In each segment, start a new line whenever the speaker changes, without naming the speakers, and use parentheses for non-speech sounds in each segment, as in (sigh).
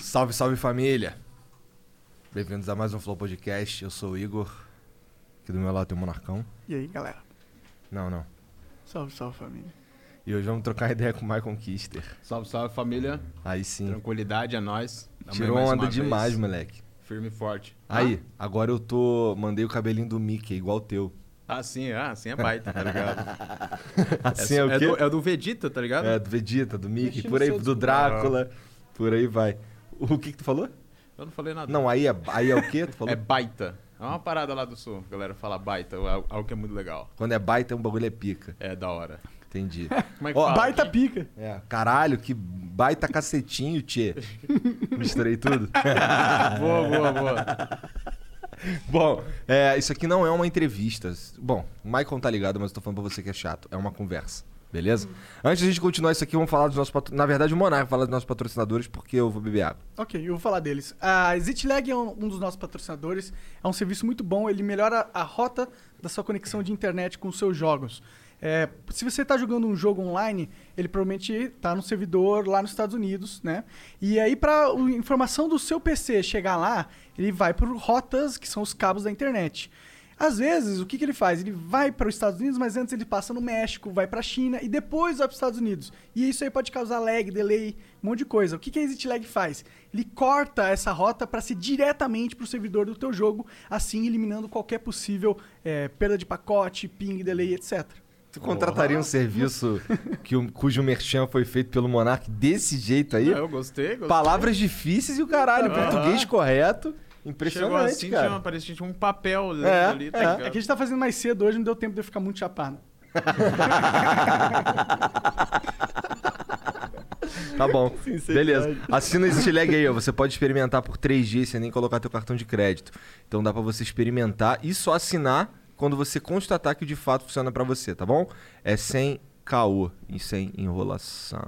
Salve, salve família! Bem-vindos a mais um Flow Podcast. Eu sou o Igor. Aqui do meu lado tem o Monarcão.
E aí, galera?
Não, não.
Salve, salve, família.
E hoje vamos trocar ideia com o Michael Kister.
Salve, salve família.
Aí sim.
Tranquilidade é nóis. Amanhã
Hum. Tirou
mais
onda
uma vez.
demais, moleque.
Firme e forte.
Aí, agora eu tô. Mandei o cabelinho do Mickey, igual o
(laughs)
teu.
Ah, sim, ah, assim é baita,
(laughs)
tá ligado?
Assim é, o quê?
do, é do Vegeta, tá ligado?
É, do Vegeta, do Mickey,
Deixa
por
no
aí,
seu
do Drácula.
Ah.
Por aí vai. O que que tu falou?
Eu não falei nada.
Não, aí é, aí é o quê? Tu falou?
(laughs) é baita. É uma parada lá do sul, a galera fala baita, é algo algo que é muito legal.
Quando é baita, um bagulho é pica.
É da hora.
Entendi.
Como é que
Ó,
fala?
Baita pica.
É, caralho, que baita cacetinho, tchê. Misturei tudo.
(laughs) Boa, boa, boa.
(laughs) Bom, é, isso aqui não é uma entrevista. Bom, o Michael tá ligado, mas eu tô falando pra você que é chato. É uma conversa, beleza? Antes de a gente continuar isso aqui, vamos falar dos nossos patro... Na verdade, o Monarca fala dos nossos patrocinadores porque eu vou beber água.
Ok, eu vou falar deles. A Zitlag é um, um dos nossos patrocinadores. É um serviço muito bom. Ele melhora a rota da sua conexão de internet com os seus jogos. É, se você está jogando um jogo online, ele provavelmente está no servidor lá nos Estados Unidos, né? E aí, para a informação do seu PC chegar lá, ele vai por rotas, que são os cabos da internet. Às vezes, o que, que ele faz? Ele vai para os Estados Unidos, mas antes ele passa no México, vai para a China e depois vai para os Estados Unidos. E isso aí pode causar lag, delay, um monte de coisa. O que, que a Exit Lag faz? Ele corta essa rota para ser diretamente para o servidor do teu jogo, assim eliminando qualquer possível eh, perda de pacote, ping, delay, etc.
Tu contrataria um serviço que o- cujo merchan foi feito pelo Monark desse jeito aí?
Ah, eu gostei, gostei.
Palavras difíceis e o caralho,
Aham.
português correto.
Chegou
Impressionante,
assim,
cara.
tinha, parecia que tinha um papel
É,
ali, tá
é.
ligado?
É que a gente tá fazendo mais cedo hoje, não deu tempo de eu ficar muito chapado.
Tá bom. Beleza. Assina o Zitlag aí, ó. Você pode experimentar por três dias sem nem colocar teu cartão de crédito. Então dá pra você experimentar e só assinar quando você constatar que de fato funciona pra você, tá bom? É sem caô e sem enrolação.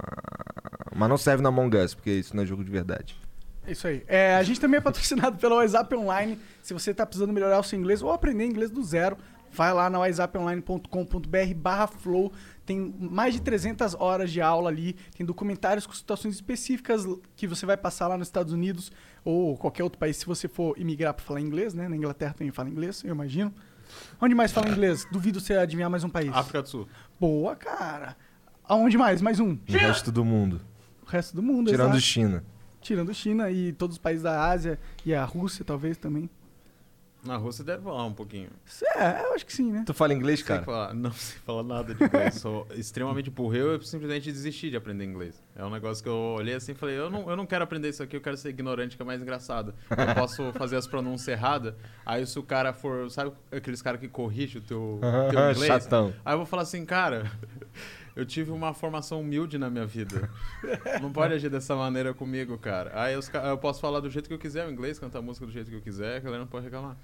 Mas não serve na Among Us, porque isso não é jogo de verdade.
É Isso aí. É, a gente também é patrocinado pela WhatsApp Online. Se você está precisando melhorar o seu inglês ou aprender inglês do zero, vai lá na whatsapponline.com.br barra flow. Tem mais de 300 horas de aula ali. Tem documentários com situações específicas que você vai passar lá nos Estados Unidos ou qualquer outro país se você for imigrar para falar inglês, né? Na Inglaterra também fala inglês, eu imagino. Onde mais fala inglês? Duvido você adivinhar mais um país.
África do Sul.
Boa, cara. Aonde mais? Mais um.
No resto do mundo.
O resto do mundo,
Tirando
exato.
China.
Tirando China e todos os países da Ásia e a Rússia, talvez também.
Na Rússia deve falar um pouquinho.
Cê- É, eu acho que sim, né?
Tu fala inglês,
Sei
cara?
falar, não (laughs) sei falar nada de inglês, sou extremamente burro. Eu simplesmente desisti de aprender inglês. É um negócio que eu olhei assim e falei, eu não, eu não quero aprender isso aqui, eu quero ser ignorante, que é mais engraçado.
(laughs)
Eu posso fazer as pronúncias erradas, aí se o cara for... Sabe aqueles caras que corrigem o teu, teu
Aham,
inglês?
Chatão.
Aí eu vou falar assim, cara, (laughs) eu tive uma formação humilde na minha vida. Não pode agir dessa maneira comigo, cara. Aí os ca- eu posso falar do jeito que eu quiser o inglês, cantar a música do jeito que eu quiser, a galera não pode reclamar.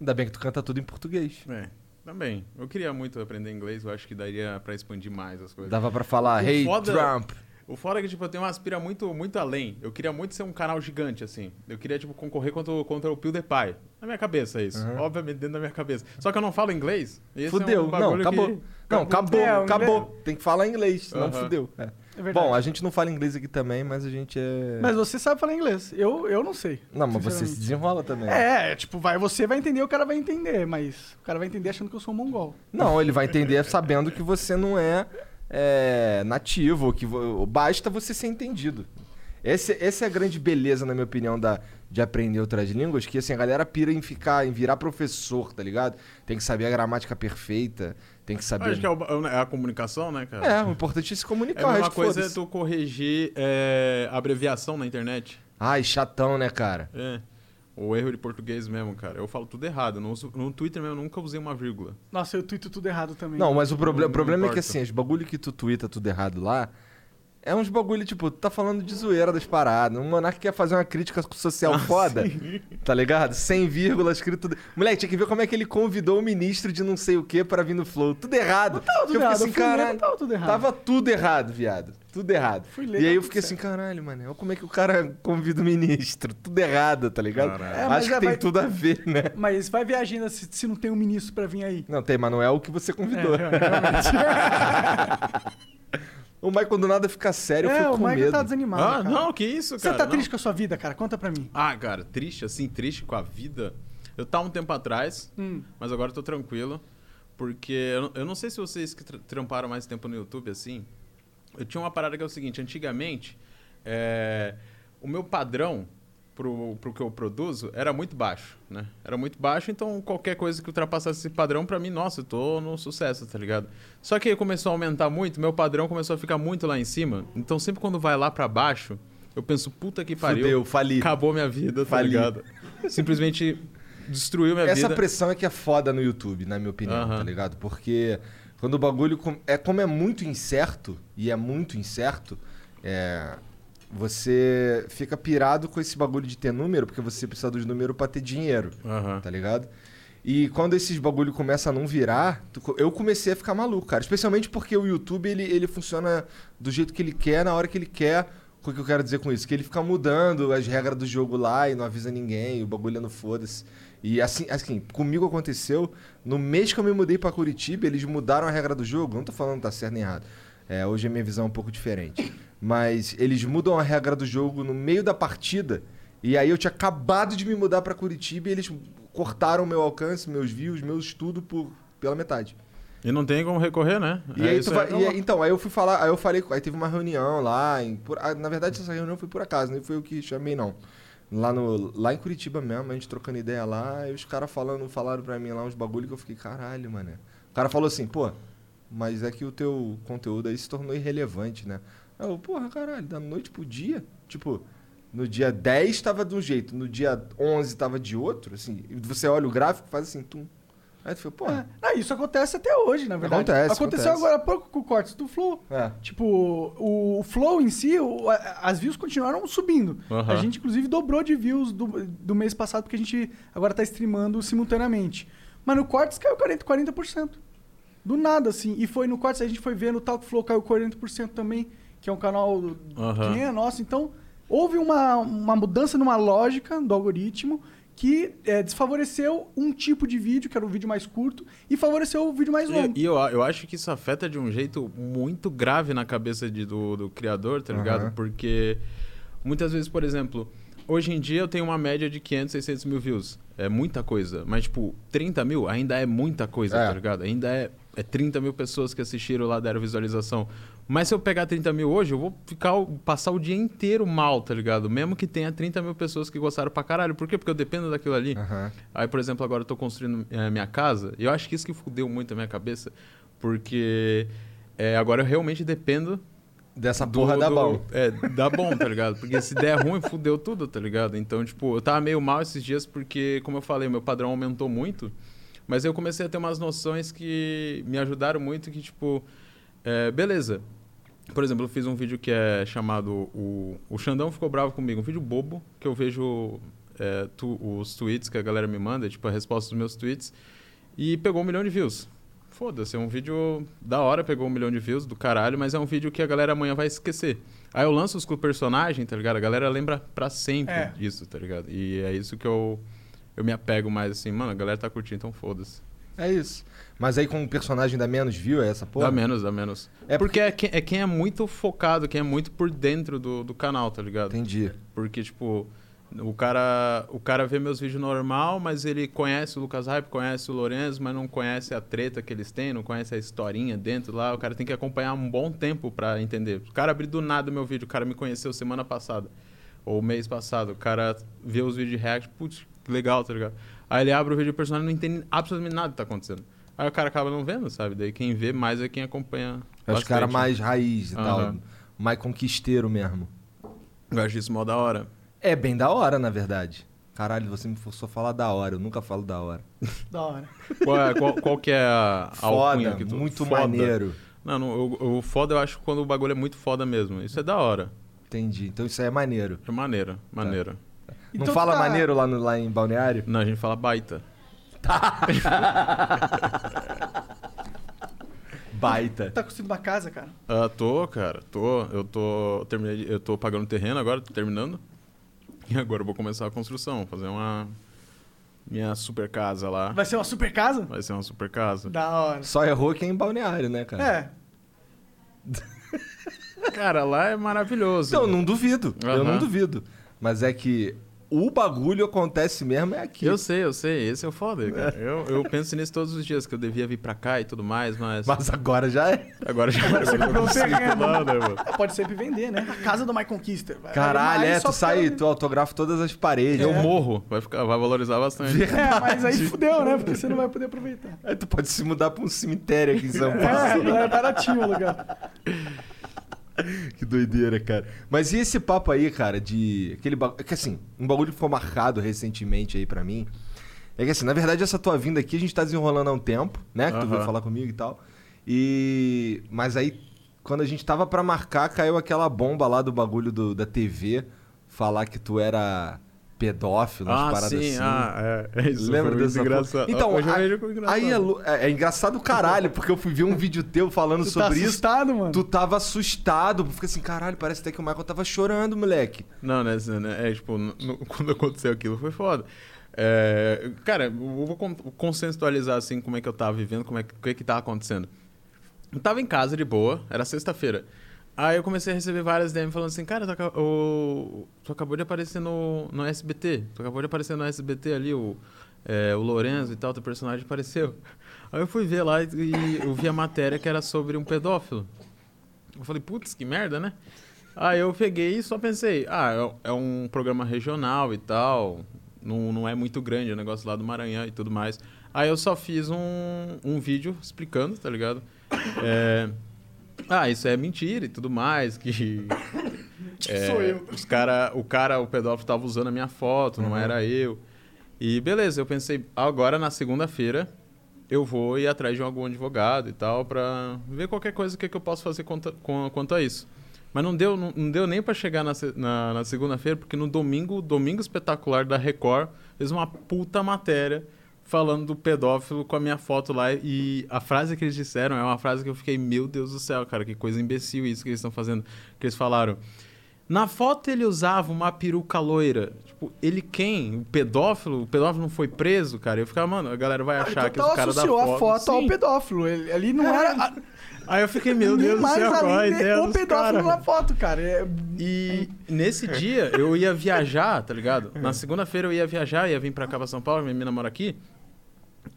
Ainda bem que tu canta tudo em português.
É, também. Eu queria muito aprender inglês, eu acho que daria pra expandir mais as coisas.
Dava pra falar,
O
hey,
foda-
Trump.
O fora é que, tipo, eu tenho uma aspira muito, muito além. Eu queria muito ser um canal gigante, assim. Eu queria, tipo, concorrer contra, o- contra o PewDiePie. Na minha cabeça, é isso. Obviamente, dentro da minha cabeça. Só que eu não falo inglês. Esse é um
Fudeu. não,
bagulho
acabou.
que- tá né?
Não, acabou,
É, o
acabou. Tem que falar inglês, senão
Aham.
fudeu. É.
É verdade.
Bom, a gente não fala inglês aqui também, mas a gente é.
Mas você sabe falar inglês. Eu, eu não sei.
não, mas você se né?
sinceramente.
desenrola também.
É, é, tipo, vai, você vai entender, o cara vai entender, mas o cara vai entender achando que eu sou um mongol.
Não, ele vai entender sabendo que você não é, é, nativo, que vo- basta você ser entendido. Esse, essa é a grande beleza, na minha opinião, da, de aprender outras línguas, que assim, a galera pira em ficar, em virar professor, tá ligado? Tem que saber a gramática perfeita, tem que saber.
Acho que é, o- é o- é a comunicação, né, cara?
É, o importante é se comunicar,
É a
o
mesma
resto
coisa é
foda-se.
tu corrigir é, abreviação na internet.
Ai, chatão, né, cara?
É. O erro de português mesmo, cara. Eu falo tudo errado. Não uso- no Twitter mesmo eu nunca usei uma vírgula.
Nossa, eu tuito tudo errado também.
Não, mas o, proble
Não-
o
não
problema é que
importa.
assim, os bagulho que tu tuita tudo errado lá. É uns bagulho, tipo, tu tá falando de zoeira das paradas. Um monarca quer fazer uma crítica social foda, tá ligado? Sem vírgula, escrito... tudo- Moleque, tinha que ver como é que ele convidou o ministro de não sei o que pra vir no flow. Tudo errado.
tava Tá tudo
Eu fiquei
errado.
assim,
Eu fui ler,
caralho,
não tava tudo errado.
Tava tudo errado, viado. Tudo errado.
Fui ler,
e aí
tava
eu
tudo
fiquei assim,
certo.
caralho, mano. Olha como é que o cara convida o ministro. Tudo errado, tá ligado?
Caralho.
É, mas
Acho que
já
tem
vai-
tudo a ver, né?
Mas vai ver a agenda se, se não tem um ministro
(laughs)
pra vir aí.
é Não, tem, mas não é o que você
É,
convidou.
realmente.
O Michael do nada fica (laughs) sério, eu
é,
fico
o
com
Michael
medo.
tá desanimado.
Ah,
cara.
não, que isso,
Você
cara.
tá
não.
triste com a sua vida, cara? Conta pra mim.
Ah, cara, triste, assim, triste com a vida. Eu tava um tempo atrás,
Hum.
mas agora eu tô tranquilo. Porque eu, não- eu não sei se vocês que tra- tramparam mais tempo no YouTube, assim. Eu tinha uma parada que é o seguinte: antigamente, é, o meu padrão pro, pro que eu produzo era muito baixo, né? Era muito baixo, então qualquer coisa que ultrapassasse esse padrão, pra mim, nossa, eu tô no sucesso, tá ligado? Só que aí começou a aumentar muito, meu padrão começou a ficar muito lá em cima. Então sempre quando vai lá pra baixo, eu penso, puta que pariu.
Fudeu, fali.
Acabou minha vida, tá
Fali.
ligado? Simplesmente destruiu minha
Essa
vida.
pressão é que é foda no YouTube, na minha opinião,
Aham.
tá ligado? Porque quando o bagulho. com- É, como é muito incerto, e é muito incerto, é, você fica pirado com esse bagulho de ter número, porque você precisa dos números pra ter dinheiro,
Aham.
tá ligado? E quando esses bagulho começa a não virar, tu co- eu comecei a ficar maluco, cara. Especialmente porque o YouTube, ele, ele funciona do jeito que ele quer, na hora que ele quer. O que eu quero dizer com isso? Que ele fica mudando as regras do jogo lá e não avisa ninguém, e o bagulho é no foda-se. E assim, assim, comigo aconteceu, no mês que eu me mudei pra Curitiba, eles mudaram a regra do jogo. Não tô falando que tá certo nem errado. É, hoje a minha visão é um pouco diferente. Mas eles mudam a regra do jogo no meio da partida. E aí eu tinha acabado de me mudar pra Curitiba e eles cortaram meu alcance, meus views, meu estudo por, pela metade.
E não tem como recorrer, né?
E
É,
aí,
isso
tu
é
vai- e
normal.
aí- então, aí eu fui falar, aí eu falei, aí teve uma reunião lá, em- por- ah, na verdade essa reunião foi por acaso, nem foi eu que chamei não. Lá, no, lá em Curitiba mesmo, a gente trocando ideia lá, e os caras falando, falaram pra mim lá uns bagulho que eu fiquei, caralho, mano. O cara falou assim, pô, mas é que o teu conteúdo aí se tornou irrelevante, né? Aí Eu, porra, caralho, da noite pro dia, tipo, no dia 10 tava de um jeito, no dia 11 tava de outro, assim, e você olha o gráfico, faz assim, tum. Aí tu fica, porra,
É. Ah, isso acontece até hoje, na verdade.
Acontece,
Aconteceu
acontece.
agora há pouco com o corte do Flow.
é.
Tipo, o, o Flow em si, o- a- as views continuaram subindo.
Aham.
A gente, inclusive, dobrou de views do, do mês passado, porque a gente agora tá streamando simultaneamente. Mas no Cortes caiu 40%. 40%. Do nada, assim. E foi no Cortes, a gente foi ver no Talk Flow caiu 40% também, que é um canal que
Aham.
nem é nosso. Então, houve uma, uma mudança numa lógica do algoritmo que é, desfavoreceu um tipo de vídeo, que era o vídeo mais curto, e favoreceu o vídeo mais longo.
E, e eu, a- eu acho que isso afeta de um jeito muito grave na cabeça de- do, do criador, tá ligado?
Aham.
Porque muitas vezes, por exemplo, hoje em dia eu tenho uma média de 500, 600 mil views. É muita coisa. Mas, tipo, 30 mil ainda é muita coisa,
É.
tá ligado? Ainda é, é 30 mil pessoas que assistiram lá, deram visualização. Mas se eu pegar 30 mil hoje, eu vou ficar, o- passar o dia inteiro mal, tá ligado? Mesmo que tenha 30 mil pessoas que gostaram pra caralho. Por quê? Porque eu dependo daquilo ali.
É. Aham.
Aí, por exemplo, agora eu tô construindo eh, minha casa, e eu acho que isso que fudeu muito a minha cabeça, porque eh, agora eu realmente dependo
Dessa
do-
porra da
do-
bom.
É, dá bom, tá ligado? Porque se der ruim, fudeu tudo, tá ligado? Então, tipo, eu tava meio mal esses dias porque, como eu falei, meu padrão aumentou muito. Mas eu comecei a ter umas noções que me ajudaram muito, que, tipo, é, beleza. Por exemplo, eu fiz um vídeo que é chamado o, o Xandão Ficou Bravo Comigo. Um vídeo bobo, que eu vejo é, tu- os tweets que a galera me manda, tipo, a resposta dos meus tweets. E pegou um milhão de views. Foda-se, é um vídeo da hora, pegou um milhão de views do caralho, mas é um vídeo que a galera amanhã vai esquecer. Aí eu lanço os com o personagem, tá ligado? A galera lembra pra sempre
É.
disso, tá ligado? E é isso que eu, eu me apego mais assim, mano, a galera tá curtindo, então foda-se.
É isso. Mas aí com o personagem da menos view, é essa porra?
Dá menos, dá menos.
É
É porque é quem é, quem é muito focado, quem é muito por dentro do, do canal, tá ligado?
Entendi. É
Porque, tipo, o cara, o cara vê meus vídeos normal, mas ele conhece o Lucas Hype, conhece o Lourenço, mas não conhece a treta que eles têm, não conhece a historinha dentro lá. O cara tem que acompanhar um bom tempo pra entender. O cara abriu do nada meu vídeo, o cara me conheceu semana passada, ou mês passado. O cara vê os vídeos de react, putz, que legal, tá ligado? Aí ele abre o vídeo do personagem e não entende absolutamente nada que tá acontecendo. Aí o cara acaba não vendo, sabe? Daí quem vê mais é quem acompanha.
É os
bastante,
caras
né?
mais raiz e tal.
Aham.
Mais conquisteiro mesmo.
Eu acho isso mó da hora.
É bem da hora, na verdade. Caralho, você me forçou a falar da hora. Eu nunca falo da hora.
Da hora.
Qual, é- qual- qual que é a, a alcunha
Foda,
que tu-
muito
foda?
maneiro.
Não, não o, o foda eu acho quando o bagulho é muito foda mesmo. Isso é da hora.
Entendi. Então isso aí é maneiro.
É maneiro, maneiro.
não
Então tu
fala
tá-
maneiro lá, no- lá em Balneário?
Não, a gente fala baita.
Baita.
Tá construindo uma casa, cara?
Ah, tô, cara, tô. Eu tô. eu Terminei, eu tô pagando terreno agora, tô terminando. E agora eu vou começar a construção, fazer uma. Minha super casa lá.
Vai ser uma super casa?
Vai ser uma super casa.
Da hora.
É.
É.
Só errou quem é em Balneário, né, cara?
É.
Cara, lá é maravilhoso.
Então, não duvido. Eu não
Aham.
duvido. Mas é que o bagulho acontece mesmo é aqui.
Eu sei, eu sei. Esse é o foda, cara. Eu, eu penso nisso todos os dias, que eu devia vir pra cá e tudo mais, mas...
Mas agora já é.
Agora já agora eu não consigo
né,
nada, mano.
Pode sempre vender, né? A casa do My Conquista. Vai
Caralho,
valer mais
é,
só
tu sai,
pela-
tu autografa todas as paredes.
Eu
né?
morro. Vai, ficar, vai valorizar bastante.
É, mas aí fudeu, né? Porque você não vai poder
(laughs)
aproveitar.
Aí tu pode se mudar pra um cemitério aqui em São Paulo.
É, não é baratinho o lugar.
Que doideira, cara. Mas e esse papo aí, cara, de aquele bagulho, que assim, um bagulho que foi marcado recentemente aí pra mim. É que assim, na verdade essa tua vinda aqui a gente tá desenrolando há um tempo, né, que tu veio
Aham.
falar comigo e tal. E mas aí quando a gente tava pra marcar, caiu aquela bomba lá do bagulho do- da TV falar que tu era pedófilo, umas
Ah,
paradas
sim,
assim.
ah, é, é isso.
Lembra
foi
dessa porra?
muito engraçado.
Então,
Hoje eu
a-
vejo como engraçado.
aí é, lu- é- é engraçado caralho, porque eu fui ver um vídeo teu falando
Tu tá
sobre isso.
assustado, mano?
Tu tava assustado, fica assim, caralho, parece até que o Michael tava chorando, moleque.
Não, né? assim, né, É, tipo, no- no- (laughs) quando aconteceu aquilo foi foda. É, cara, eu vou con- consensualizar assim como é que eu tava vivendo, como é que, o que que tava acontecendo. Eu tava em casa de boa, era sexta-feira. Aí eu comecei a receber várias DM falando assim, cara, tu, aca- o- tu acabou de aparecer no, no SBT. Tu acabou de aparecer no SBT ali, o, é, o Lorenzo e tal, teu personagem apareceu. Aí eu fui ver lá e, e eu vi a matéria que era sobre um pedófilo. Eu falei, putz, que merda, né? Aí eu peguei e só pensei, ah, é é um programa regional e tal, não, não é muito grande, é um negócio lá do Maranhão e tudo mais. Aí eu só fiz um, um vídeo explicando, tá ligado? É, ah, isso é mentira e tudo mais,
(laughs)
que... é,
Sou eu. Uhum.
Os cara, o cara, o pedófilo tava usando a minha foto, não era eu. E beleza, eu pensei, agora na segunda-feira eu vou ir atrás de algum advogado e tal pra ver qualquer coisa o que, que eu posso fazer quanto, com- quanto a isso. Mas não deu, não, não deu nem pra chegar na, se- na, na segunda-feira, porque no domingo, o domingo espetacular da Record, fez uma puta matéria falando do pedófilo com a minha foto lá. E a frase que eles disseram é uma frase que eu fiquei, meu Deus do céu, cara, que coisa imbecil isso que eles estão fazendo. Que eles falaram. Na foto ele usava uma peruca loira. Tipo, ele quem? O pedófilo? O pedófilo não foi preso, cara? Eu ficava, mano, a galera vai achar que
Então
o
ela
cara da
associou
foto...
a foto ao
Sim.
pedófilo. Ele, ali não era. a-
Aí eu
(laughs)
fiquei, meu
nem
Deus do
mais
céu, qual a
além de
ideia
o
dos
pedófilo
cara?
na foto, cara. É-
E nesse dia eu ia viajar, tá ligado? Na segunda-feira eu ia viajar, ia vir pra cá pra São Paulo, minha menina mora aqui.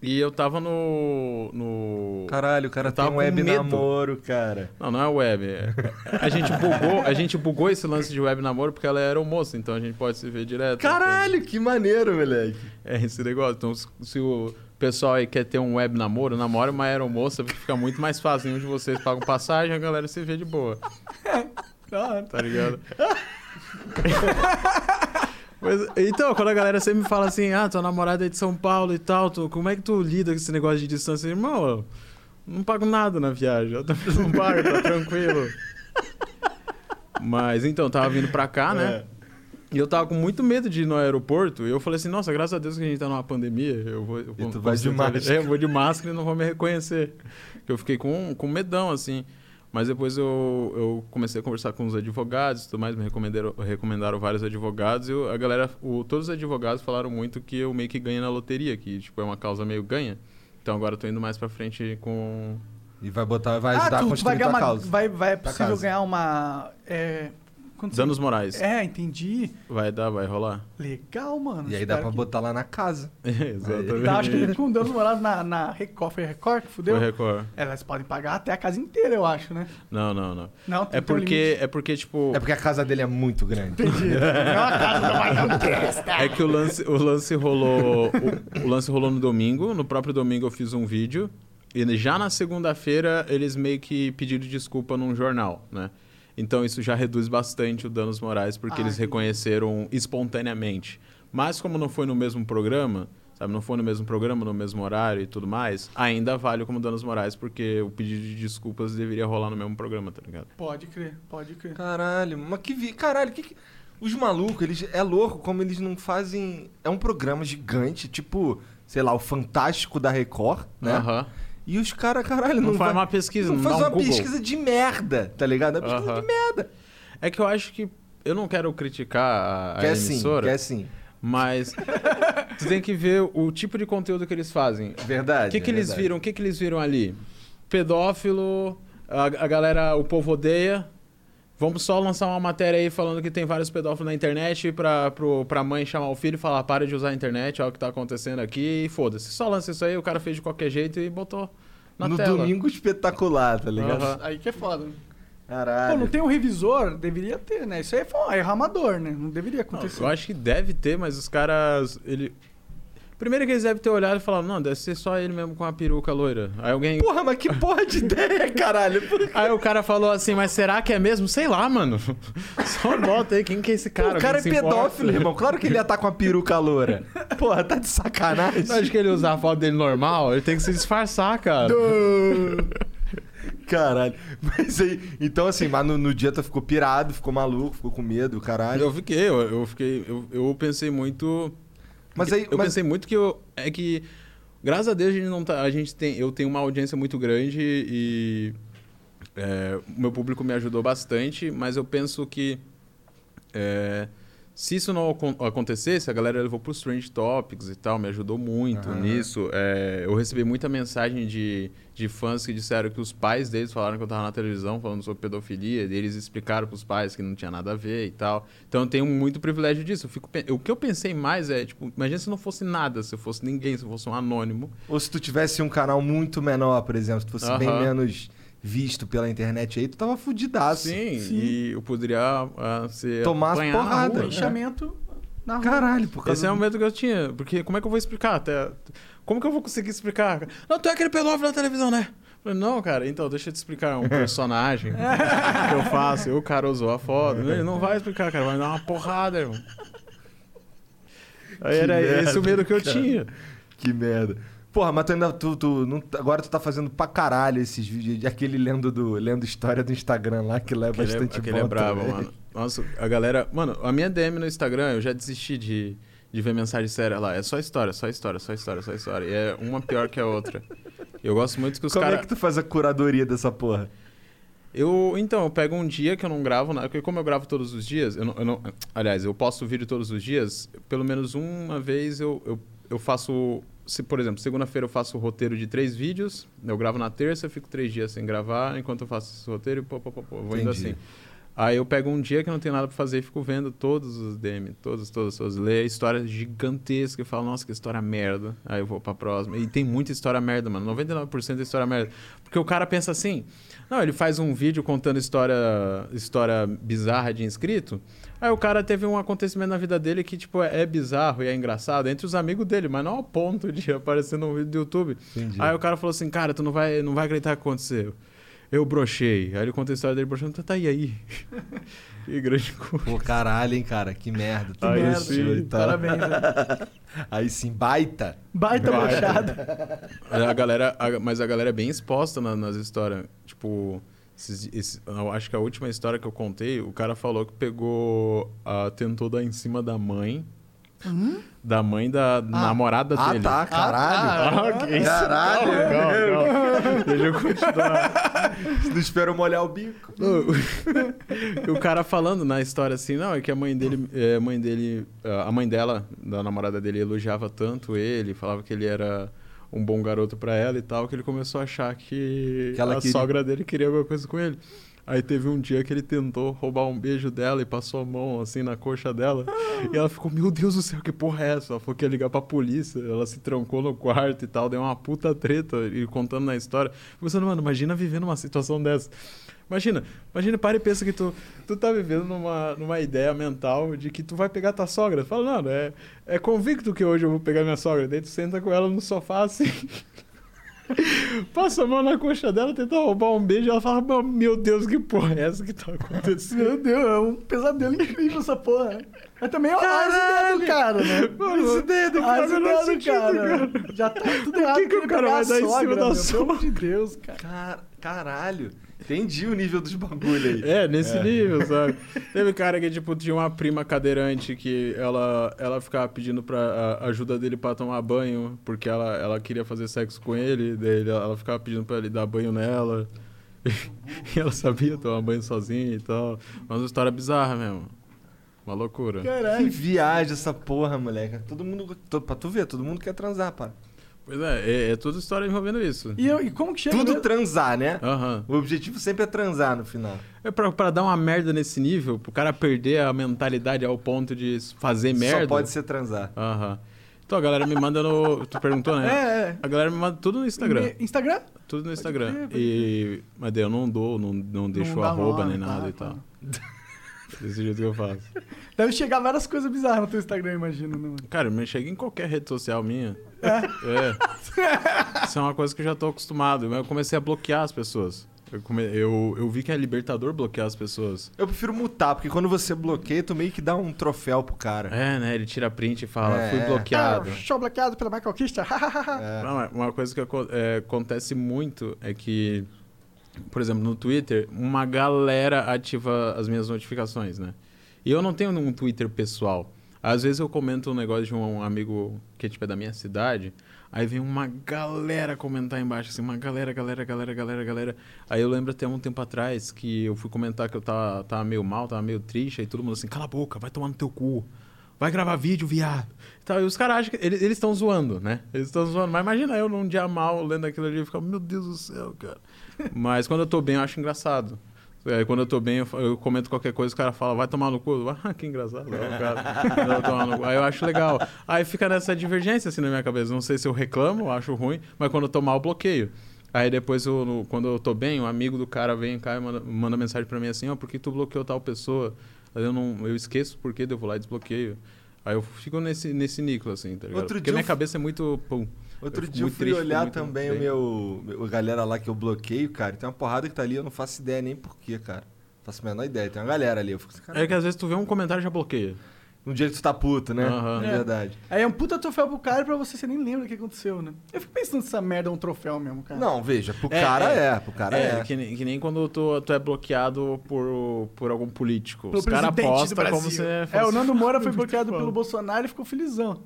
E eu tava no. no...
Caralho, o cara
Eu tava
tem um
com
web
medo.
namoro, cara.
Não, não é web. é- A gente bugou, a gente bugou esse lance de web namoro porque ela era moça, então a gente pode se ver direto.
Caralho, que maneiro, moleque.
É esse negócio. Então, se- se o pessoal aí quer ter um web namoro, namora uma aeromoça, porque fica muito mais fácil. Nenhum de vocês paga um passagem, a galera se vê de boa. Tá ligado? Mas, então, quando a galera sempre me fala assim, ah, tua namorada é de São Paulo e tal, tu- como é que tu lida com esse negócio de distância? Irmão, eu não pago nada na viagem, eu também não pago, tá tranquilo. Mas então, tava vindo pra cá, né?
É.
E eu tava com muito medo de ir no aeroporto. E eu falei assim, nossa, graças a Deus que a gente tá numa pandemia. Eu vou, eu
E
vou-
tu vai de
vou-
máscara.
É, eu vou de máscara e não vou me reconhecer. Porque eu fiquei com, com medão, assim. Mas depois eu, eu comecei a conversar com os advogados e tudo mais. Me recomendaram, recomendaram vários advogados. E eu- a galera, o- todos os advogados falaram muito que eu meio que ganho na loteria. Que, tipo, é uma causa meio ganha. Então agora eu tô indo mais pra frente com...
E vai botar, vai
ah,
ajudar a
tu, tu vai
construir
ganhar
tua
uma.
causa.
Vai, vai, é possível
casa.
ganhar uma. É, quando você-
Danos morais.
É, entendi.
Vai dar, vai rolar. (laughs)
Legal, mano.
E aí dá
Espero
pra
que-
botar lá na casa.
Exatamente.
Tá, acho que ele com danos morais na, na Record. Foi Record que fudeu?
Foi Record.
Elas podem pagar até a casa inteira, eu acho, né?
Não, não, não.
Não, tem
É
que ter um limite.
porque, é porque, tipo...
É porque a casa dele é muito grande.
(laughs)
um
É que o lance, o lance rolou. O, o lance rolou no domingo. No próprio domingo eu fiz um vídeo. E já na segunda-feira eles meio que pediram desculpa num jornal, né? Então isso já reduz bastante o danos morais, porque
Ah,
eles
entendi.
reconheceram espontaneamente. Mas como não foi no mesmo programa, sabe, não foi no mesmo programa, no mesmo horário e tudo mais, ainda vale como danos morais, porque o pedido de desculpas deveria rolar no mesmo programa, tá ligado?
Pode crer, pode crer.
Caralho, mas que vi... Caralho, que, que... Os malucos, eles... É louco como eles não fazem... É um programa gigante, tipo... Sei lá, o Fantástico da Record, né?
Aham.
E os caras, caralho,
Não,
não,
faz
vai-
uma pesquisa,
não
não,
faz
dá um
uma
Google.
pesquisa de merda, tá ligado? É uma pesquisa
Aham.
de merda.
É que eu acho que. Eu não quero criticar a, a
Quer sim,
emissora.
quer sim. (laughs)
Mas tu tem que ver o tipo de conteúdo que eles fazem.
Verdade.
O que, que
é
eles
verdade.
viram? O que, que eles viram ali? Pedófilo, a, a galera, o povo odeia. Vamos só lançar uma matéria aí falando que tem vários pedófilos na internet pra, pro, pra mãe chamar o filho e falar: para de usar a internet, olha o que tá acontecendo aqui e foda-se. Só lança isso aí, o cara fez de qualquer jeito e botou na
no
tela.
domingo espetacular, tá ligado?
Aham.
Aí que é foda. né?
Ah,
Caralho.
né?
Pô, não tem um revisor? Deveria ter, né? Isso aí foi um erro amador, né? Não deveria
Não,
acontecer.
eu acho que deve ter, mas os caras. Ele... Primeiro que eles devem ter olhado e falado: não, deve ser só ele mesmo com a peruca loira. Aí alguém.
Porra, mas que porra de ideia, caralho. Por-
Aí o cara falou assim, mas será que é mesmo? Sei lá, mano. (laughs) Só bota aí, quem que é esse cara?
o cara é
Alguém se importa?
pedófilo, irmão. Claro que ele ia estar com a peruca loura. Porra, tá de sacanagem.
Você acha que ele usar a foto dele normal? Ele tem que se disfarçar, cara.
(laughs) Caralho. Mas aí, então assim, mas no, no dia tu ficou pirado, ficou maluco, ficou com medo, caralho.
Eu fiquei, eu, eu fiquei, eu, eu pensei muito.
Mas aí,
Eu
mas-
pensei muito que eu. É que. Graças a Deus a gente não tá. A gente tem. Eu tenho uma audiência muito grande e. é, o meu público me ajudou bastante, mas eu penso que. é, se isso não acon- acontecesse, a galera levou para os Trend Topics e tal, me ajudou muito nisso. É, eu recebi muita mensagem de, de fãs que disseram que os pais deles falaram que eu tava na televisão falando sobre pedofilia, e eles explicaram para os pais que não tinha nada a ver e tal. Então eu tenho muito privilégio disso. Eu fico, pe- o que eu pensei mais é, tipo, imagina se eu não fosse nada, se eu fosse ninguém, se eu fosse um anônimo.
Ou se tu tivesse um canal muito menor, por exemplo, se tu fosse bem
Aham.
menos visto pela internet aí, tu tava fudidaço.
Sim, e eu poderia ah, ser.
Tomar as
apanhado na
porradas.
rua.
Linchamento na rua.
Caralho, por causa
Esse é o
do-
medo que eu tinha, porque como é que eu vou explicar? Até, como que eu vou conseguir explicar? Não, tu é aquele pedófilo da televisão, né? Eu Falei, não, cara, então, deixa eu te explicar. (laughs) É um personagem que eu faço, eu, o cara usou a foto. Ele não vai explicar, cara, vai dar uma porrada, irmão. Aí
Que
era esse
merda,
o medo que eu
cara.
tinha.
Que merda. Porra, mas tu ainda. Tu, tu não- agora tu tá fazendo pra caralho esses vídeos. de- Aquele lendo, do, lendo história do Instagram lá, que lá é
Aquele é-
bastante né?
aquele
bom.
é brabo,
também.
mano. Nossa, a galera. Mano, a minha DM no Instagram, eu já desisti de, de ver mensagem séria lá. É só história, só história, só história, só história. E é uma pior que a outra. Eu gosto muito que os
Como
caras.
é que tu faz a curadoria dessa porra?
Eu, então, eu pego um dia que eu não gravo nada, porque como eu gravo todos os dias, eu não, eu não- aliás, eu posto vídeo todos os dias, pelo menos uma vez eu, eu, eu faço, se, por exemplo, segunda-feira eu faço o roteiro de três vídeos, eu gravo na terça, eu fico três dias sem gravar, enquanto eu faço esse roteiro, e pô, pô, pô, pô, vou indo
Entendi.
assim. Aí eu pego um dia que não tem nada pra fazer e fico vendo todos os DM, todos, todos, todos. Leio histórias gigantescas e falo, nossa, que história merda. Aí eu vou pra próxima. E tem muita história merda, mano. 99% é história merda. Porque o cara pensa assim, não, ele faz um vídeo contando história, história bizarra de inscrito. Aí o cara teve um acontecimento na vida dele que, tipo, é, é bizarro e é engraçado entre os amigos dele, mas não ao ponto de (laughs) aparecer num vídeo do YouTube.
Entendi.
Aí o cara falou assim, cara, tu não vai, não vai acreditar o que aconteceu. Eu brochei. Aí ele conta a história dele brochando, tá, tá e aí? (laughs) que grande coisa.
Pô, caralho, hein, cara? Que merda. Tu
Aí
mexeu e
sim,
tal.
Parabéns. né?
então. Aí sim, baita.
Baita
Baita.
brochada.
É, A galera, a- mas a galera é bem exposta na- nas histórias. Tipo, esses- esse- eu acho que a última história que eu contei, o cara falou que pegou, ah, tentou dar em cima da mãe. Da mãe da namorada
Ah,
dele. É,
tá, caralho.
Ah, ok.
Caralho, meu.
calma, calma. (laughs) Deixa eu continuar.
Não espero molhar o bico.
E o cara falando na história assim, não, é que a mãe dele, é, a mãe dele, é, a mãe dela, da namorada dele, elogiava tanto ele, falava que ele era um bom garoto pra ela e tal, que ele começou a achar que,
Que ela
a
queria-
sogra dele queria alguma coisa com ele. Aí teve um dia que ele tentou roubar um beijo dela e passou a mão assim na coxa dela. E ela ficou, meu Deus do céu, que porra é essa? Ela falou que ia ligar pra polícia. Ela se trancou no quarto e tal, deu uma puta treta e contando na história. Pensando, mano, imagina vivendo uma situação dessa. Imagina, imagina, para e pensa que tu, tu tá vivendo numa, numa ideia mental de que tu vai pegar tua sogra. Tu Fala, não, é, é convicto que hoje eu vou pegar minha sogra. Daí tu senta com ela no sofá assim. (laughs) Passa a mão na coxa dela, tenta roubar um beijo. Ela fala, "Mas, meu Deus, que porra é essa que tá acontecendo?
Meu Deus, é um pesadelo incrível essa porra. né? Mas também é o ideia do cara, né?
Mano,
dedo,
faz o menor sentido,
tá cara. Já
(laughs)
tá tudo errado.
que o
ele
cara
pegar a
vai dar em cima
sogra,
da
meu,
sogra?
Pelo amor de Deus, cara.
Car- Caralho. Entendi o nível dos bagulho aí.
É, nesse nível, sabe?
(laughs)
Teve cara que, tipo, tinha uma prima cadeirante que ela, ela ficava pedindo pra a- ajuda dele pra tomar banho, porque ela, ela queria fazer sexo com ele, daí ele- ela ficava pedindo pra ele dar banho nela. (laughs) E ela sabia tomar banho sozinha e tal. Mas uma história bizarra mesmo. Uma loucura.
Que é?
Caralho.
viagem essa porra, moleque. Todo mundo. to- Pra tu ver, todo mundo quer transar, pá.
Pois é, é, é toda história envolvendo isso.
E, eu- e como que chega...
Tudo
mesmo?
transar, né?
Aham.
O objetivo sempre é transar no final.
É pra, pra dar uma merda nesse nível, pro cara perder a mentalidade ao ponto de fazer merda.
Só pode ser transar.
Aham. Então a galera me manda no. Tu perguntou, né?
É, é.
A galera me manda tudo no Instagram.
E- Instagram?
Tudo no Instagram.
crer, pode
e... Mas daí eu não dou, não, não deixo
dá
arroba
nome,
nem nada
tá,
e tal. (laughs) Desse jeito que eu faço.
Deve chegar várias coisas bizarras no teu Instagram, imagino. Né? mano?
Cara, me chega em qualquer rede social minha. É. Isso é uma coisa que eu já tô acostumado. Mas eu comecei a bloquear as pessoas. Eu, come- eu, eu vi que é libertador bloquear as pessoas.
Eu prefiro mutar, porque quando você bloqueia, tu meio que dá um troféu pro cara.
É, né? Ele tira print e fala,
É,
fui
é.
bloqueado.
Ah, show bloqueado pela Michael Kista.
É.
Não, é, uma coisa que aco- é, acontece muito é que, por exemplo, no Twitter, uma galera ativa as minhas notificações, né? E eu não tenho um Twitter pessoal. Às vezes eu comento um negócio de um amigo que tipo, é da minha cidade, aí vem uma galera comentar embaixo, assim, uma galera, galera, galera, galera, galera. Aí eu lembro até um tempo atrás que eu fui comentar que eu tava, tava meio mal, tava meio triste, aí todo mundo assim, cala a boca, vai tomar no teu cu. Vai gravar vídeo, viado. E, tal. e os caras acham que. Eles estão zoando, né? Eles estão zoando. Mas imagina eu num dia mal lendo aquilo ali e ficar, meu Deus do céu, cara. Mas quando eu tô bem, eu acho engraçado. É, Aí, quando eu tô bem, eu, fa- eu comento qualquer coisa, o cara fala, vai tomar no cu. Eu, Ah, que engraçado. Aí, o cara, "Vai tomar no cu." Aí eu acho legal. Aí fica nessa divergência assim na minha cabeça. Não sei se eu reclamo, eu acho ruim, mas quando eu tô mal, eu bloqueio. Aí depois, eu, no- quando eu tô bem, um amigo do cara vem cá e manda, manda mensagem pra mim assim, ó, por que tu bloqueou tal pessoa? Aí eu, não, eu esqueço porque eu vou lá e desbloqueio. Aí eu fico nesse, nesse nículo, assim, tá ligado?
Outro
porque
dia eu
minha
fu-
cabeça é muito... pum.
Outro
fico
dia eu
muito
fui
triste, fico
olhar
muito
também o
bem.
meu, meu- A galera lá que eu bloqueio, cara. e Tem uma porrada que tá ali, eu não faço ideia nem porquê, cara. Não faço a menor ideia. Tem uma galera ali. Eu fico assim, cara.
É que às vezes tu vê um comentário e já bloqueia.
Um dia que tu tá puto, né?
Aham.
Na
É.
verdade.
Aí é um puta troféu pro cara e pra você, você nem lembra o que aconteceu, né? Eu fico pensando se essa merda é um troféu mesmo, cara.
Não, veja, pro
É,
cara é.
é.
pro cara
é,
é.
Que, nem, que nem quando tu, tu é bloqueado por, por algum político.
Pelo
Os caras
presidente do
apostam como
Brasil.
se
É, o Nando Moura
(laughs)
foi bloqueado
Tipo,
pelo Bolsonaro e ficou felizão.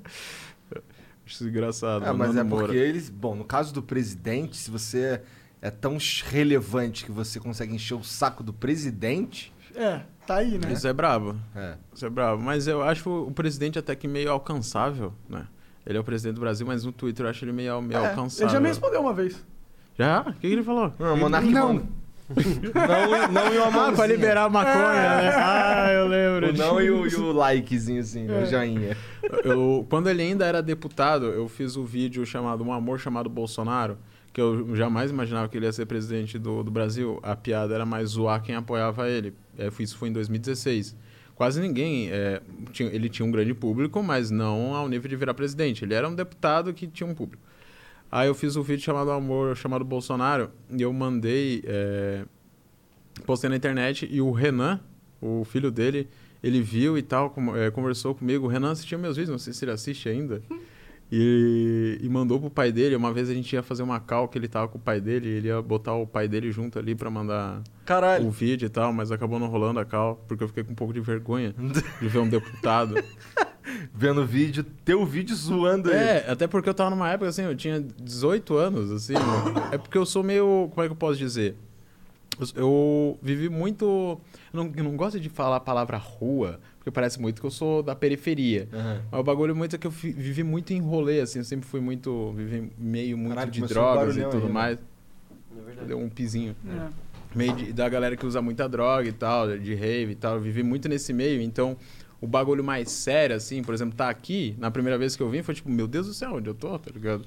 Isso é engraçado.
É,
Ah,
o
mas
Nando
é porque
Moura.
eles. Bom, no caso do presidente, se você é tão relevante que você consegue encher o saco do presidente.
É, tá aí, né?
Isso é brabo.
É.
Isso é brabo. Mas eu acho o presidente até que meio alcançável, né? Ele é o presidente do Brasil, mas no Twitter eu acho ele meio, meio
É,
alcançável.
ele já me respondeu uma vez.
Já? O que, que ele falou?
Não, é monarca não. Não, e- não e uma
Ah, pra
mãozinha.
liberar a maconha,
É.
né? Ah, eu lembro.
O não e o, e o likezinho, assim, o joinha.
Eu- quando ele ainda era deputado, eu fiz um vídeo chamado Um Amor Chamado Bolsonaro, que eu jamais imaginava que ele ia ser presidente do, do Brasil. A piada era mais zoar quem apoiava ele. É, foi- Isso foi em 2016. Quase ninguém. é, tinha- ele tinha um grande público, mas não ao nível de virar presidente. Ele era um deputado que tinha um público. Aí eu fiz um vídeo chamado Amor Chamado Bolsonaro e eu mandei. é, postei na internet e o Renan, o filho dele, ele viu e tal, com- eh, conversou comigo. O Renan assistia meus vídeos, não sei se ele assiste ainda. E, e mandou pro pai dele. Uma vez a gente ia fazer uma call que ele tava com o pai dele, ele ia botar o pai dele junto ali pra mandar
Caralho.
o vídeo e tal, mas acabou não rolando a call, porque eu fiquei com um pouco de vergonha de ver um deputado.
Vendo o vídeo, teu vídeo zoando ele.
(laughs) É, até porque eu tava numa época assim, eu tinha 18 anos, assim. é porque eu sou meio. Como é que eu posso dizer? Eu, eu vivi muito. Eu não, eu não gosto de falar a palavra rua, porque parece muito que eu sou da periferia.
Aham.
Mas o bagulho muito é que eu fi- vivi muito em rolê, assim. Eu sempre fui muito. Vivi meio muito
Caralho,
de
começou um
drogas e
barulhão
tudo
aí, né?
mais. Deu um pizinho
É.
meio de- da galera que usa muita droga e tal, de rave e tal. Eu vivi muito nesse meio, então o bagulho mais sério, assim, por exemplo, tá aqui, na primeira vez que eu vim, foi tipo, meu Deus do céu, onde eu tô, tá ligado?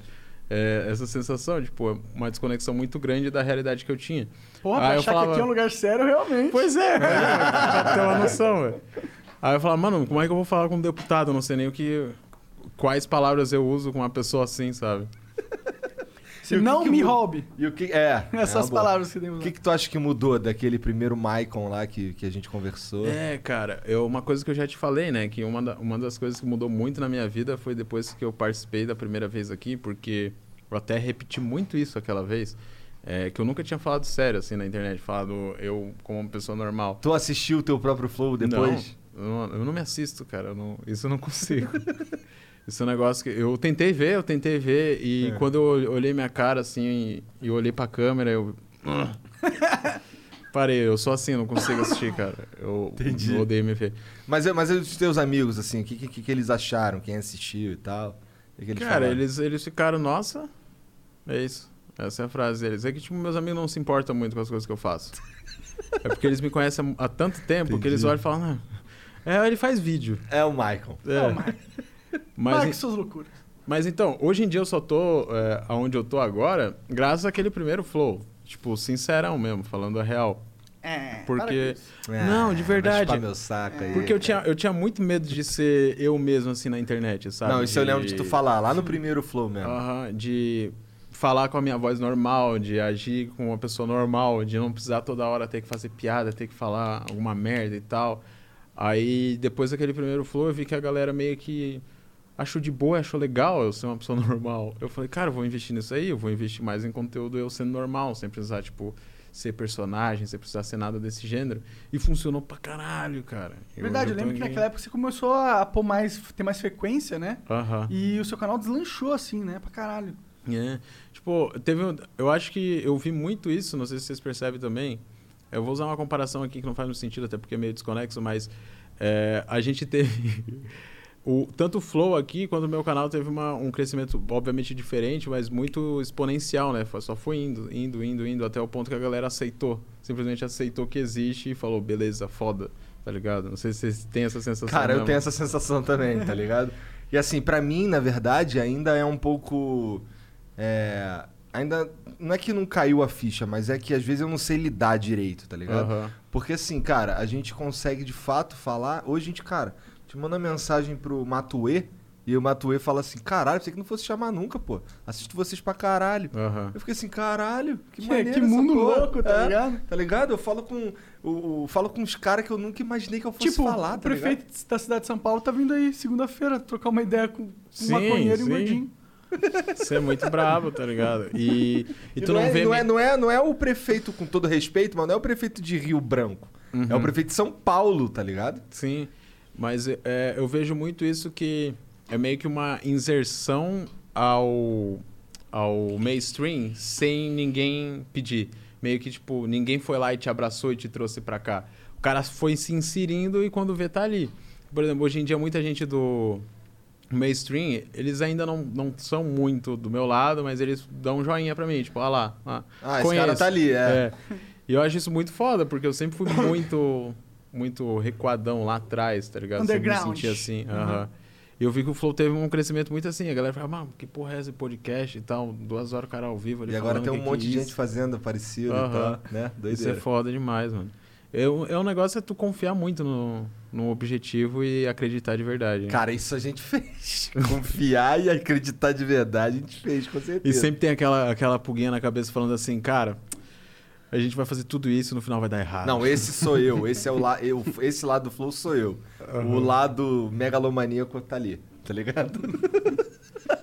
É, essa sensação, tipo, é uma desconexão muito grande da realidade que eu tinha.
Porra,
Aí
pra
Ah,
achar
eu
que
falava-
aqui é um lugar sério, realmente.
Pois é, (laughs) pra ter uma noção, velho. Aí eu falava, mano, como é que eu vou falar com um deputado? Eu não sei nem o que. Quais palavras eu uso com uma pessoa assim, sabe?
Se
E o que
não
que
me
o-
roube.
E o que. É. é
Essas
uma boa.
palavras que
O
né?
demos.
que, que tu acha que mudou daquele primeiro Maicon lá que, que a gente conversou?
É, cara, eu, uma coisa que eu já te falei, né? Que uma, da- uma das coisas que mudou muito na minha vida foi depois que eu participei da primeira vez aqui, porque eu até repeti muito isso aquela vez, é, que eu nunca tinha falado sério assim na internet, falado eu como uma pessoa normal.
Tu assistiu o teu próprio flow depois?
Não, eu não- eu não me assisto, cara. eu não- isso eu não (laughs) consigo. isso é um negócio que. Eu tentei ver, eu tentei ver, e
É.
quando eu olhei minha cara assim e, e olhei pra câmera, eu. (laughs) Parei, eu sou assim, eu não consigo assistir, cara. Eu,
Entendi.
eu odeio me ver.
é Mas, é- mas e os teus amigos, assim, o que, que, que eles acharam? Quem assistiu e tal? O que que eles
Cara,
falaram?
eles, eles ficaram, nossa. É isso. Essa é a frase deles. É que, tipo, meus amigos não se importam muito com as coisas que eu faço. é porque eles me conhecem há há tanto tempo que eles
Entendi.
olham e falam, "Ah, é, ele faz vídeo.
É o Michael.
É.
Não, mas,
mas,
Marque suas loucuras.
mas então, hoje em dia eu só tô é, aonde eu tô agora, graças àquele primeiro flow. Tipo, sincerão mesmo, falando a real.
É, para com
Porque.
isso.
Não, de
Ah, vai
verdade. É.
chupar meu saco aí.
Porque eu tinha, eu tinha muito medo de ser eu mesmo, assim, na internet, sabe?
Não, isso eu lembro de tu falar, lá no primeiro flow
É.
mesmo.
Aham, de falar com a minha voz normal, de agir com uma pessoa normal, de não precisar toda hora ter que fazer piada, ter que falar alguma merda e tal. Aí, depois daquele primeiro flow, eu vi que a galera meio que achou de boa, achou legal eu ser uma pessoa (laughs) normal. Eu falei, cara, eu vou investir nisso aí, eu vou investir mais em conteúdo eu sendo normal, sem precisar, tipo, ser personagem, sem precisar ser nada desse gênero. E funcionou pra caralho, cara. E
Verdade,
hoje
eu lembro
tô
que
em-
naquela época você começou a pôr mais, ter mais frequência, né?
Aham.
E o seu canal deslanchou assim, né? Pra caralho.
É. Tipo, teve um- eu acho que eu vi muito isso, não sei se vocês percebem também. Eu vou usar uma comparação aqui que não faz muito sentido, até porque é meio desconexo, mas é, a gente teve. (laughs) o, tanto o Flow aqui quanto o meu canal teve uma- um crescimento, obviamente, diferente, mas muito exponencial, né? Foi- Só foi indo, indo, indo, indo, até o ponto que a galera aceitou. Simplesmente aceitou que existe e falou, beleza, foda, tá ligado? Não sei se vocês têm essa sensação.
Cara, eu
mesmo.
tenho essa (laughs) sensação também, tá ligado? E assim, pra mim, na verdade, ainda é um pouco. É, ainda. Não é que não caiu a ficha, mas é que às vezes eu não sei lidar direito, tá ligado?
Aham.
Porque assim, cara, a gente consegue de fato falar. Hoje a gente, cara, te manda mensagem pro Matuê e o Matuê fala assim: caralho, pensei que não fosse chamar nunca, pô. Assisto vocês pra caralho.
Aham.
Eu fiquei assim, caralho, que,
(laughs) Que-
maneiro
que
essa
mundo
porra.
louco, tá
É,
ligado?
Tá ligado? Eu falo com, o, o- falo com uns caras que eu nunca imaginei que eu fosse
tipo,
falar, tá
o prefeito da cidade de São Paulo tá vindo aí segunda-feira trocar uma ideia com um
Sim,
maconheiro e um
sim.
gordinho.
Você é muito brabo, tá ligado? E, e tu não,
é,
vê.
não,
me-
é, não, é, não é o prefeito, com todo respeito, mas não é o prefeito de Rio Branco. É
Uhum.
o prefeito de São Paulo, tá ligado?
Sim, mas é, eu vejo muito isso que é meio que uma inserção ao, ao mainstream sem ninguém pedir. Meio que, tipo, ninguém foi lá e te abraçou e te trouxe pra cá. O cara foi se inserindo e quando vê, tá ali. Por exemplo, hoje em dia, muita gente do mainstream, eles ainda não, não são muito do meu lado, mas eles dão um joinha pra mim, tipo, ah lá, ah,
Ah, esse cara tá ali, é.
é. E eu acho isso muito foda, porque eu sempre fui muito, (laughs) muito recuadão lá atrás, tá ligado? Sempre
Underground.
me senti assim. aham. E eu vi que o Flow teve um crescimento muito assim. A galera fala, mano, que porra é esse podcast e tal? Duas horas o cara ao vivo ali
E agora
falando
tem um
que que
monte
é
de
isso.
gente fazendo parecido e
Aham.
tal, né?
Isso é
Doideira.
foda demais, mano. Eu, é um negócio é tu confiar muito no, no objetivo e acreditar de verdade. né?
Cara, isso a gente (laughs) fez. Confiar e acreditar de verdade, a gente fez, com
E
certeza.
sempre tem aquela, aquela pulguinha na cabeça falando assim, cara, a gente vai fazer tudo isso e no final vai dar errado.
Não, esse sou eu. Esse é o la... eu, esse lado do flow sou eu. O lado megalomaníaco tá ali, tá ligado?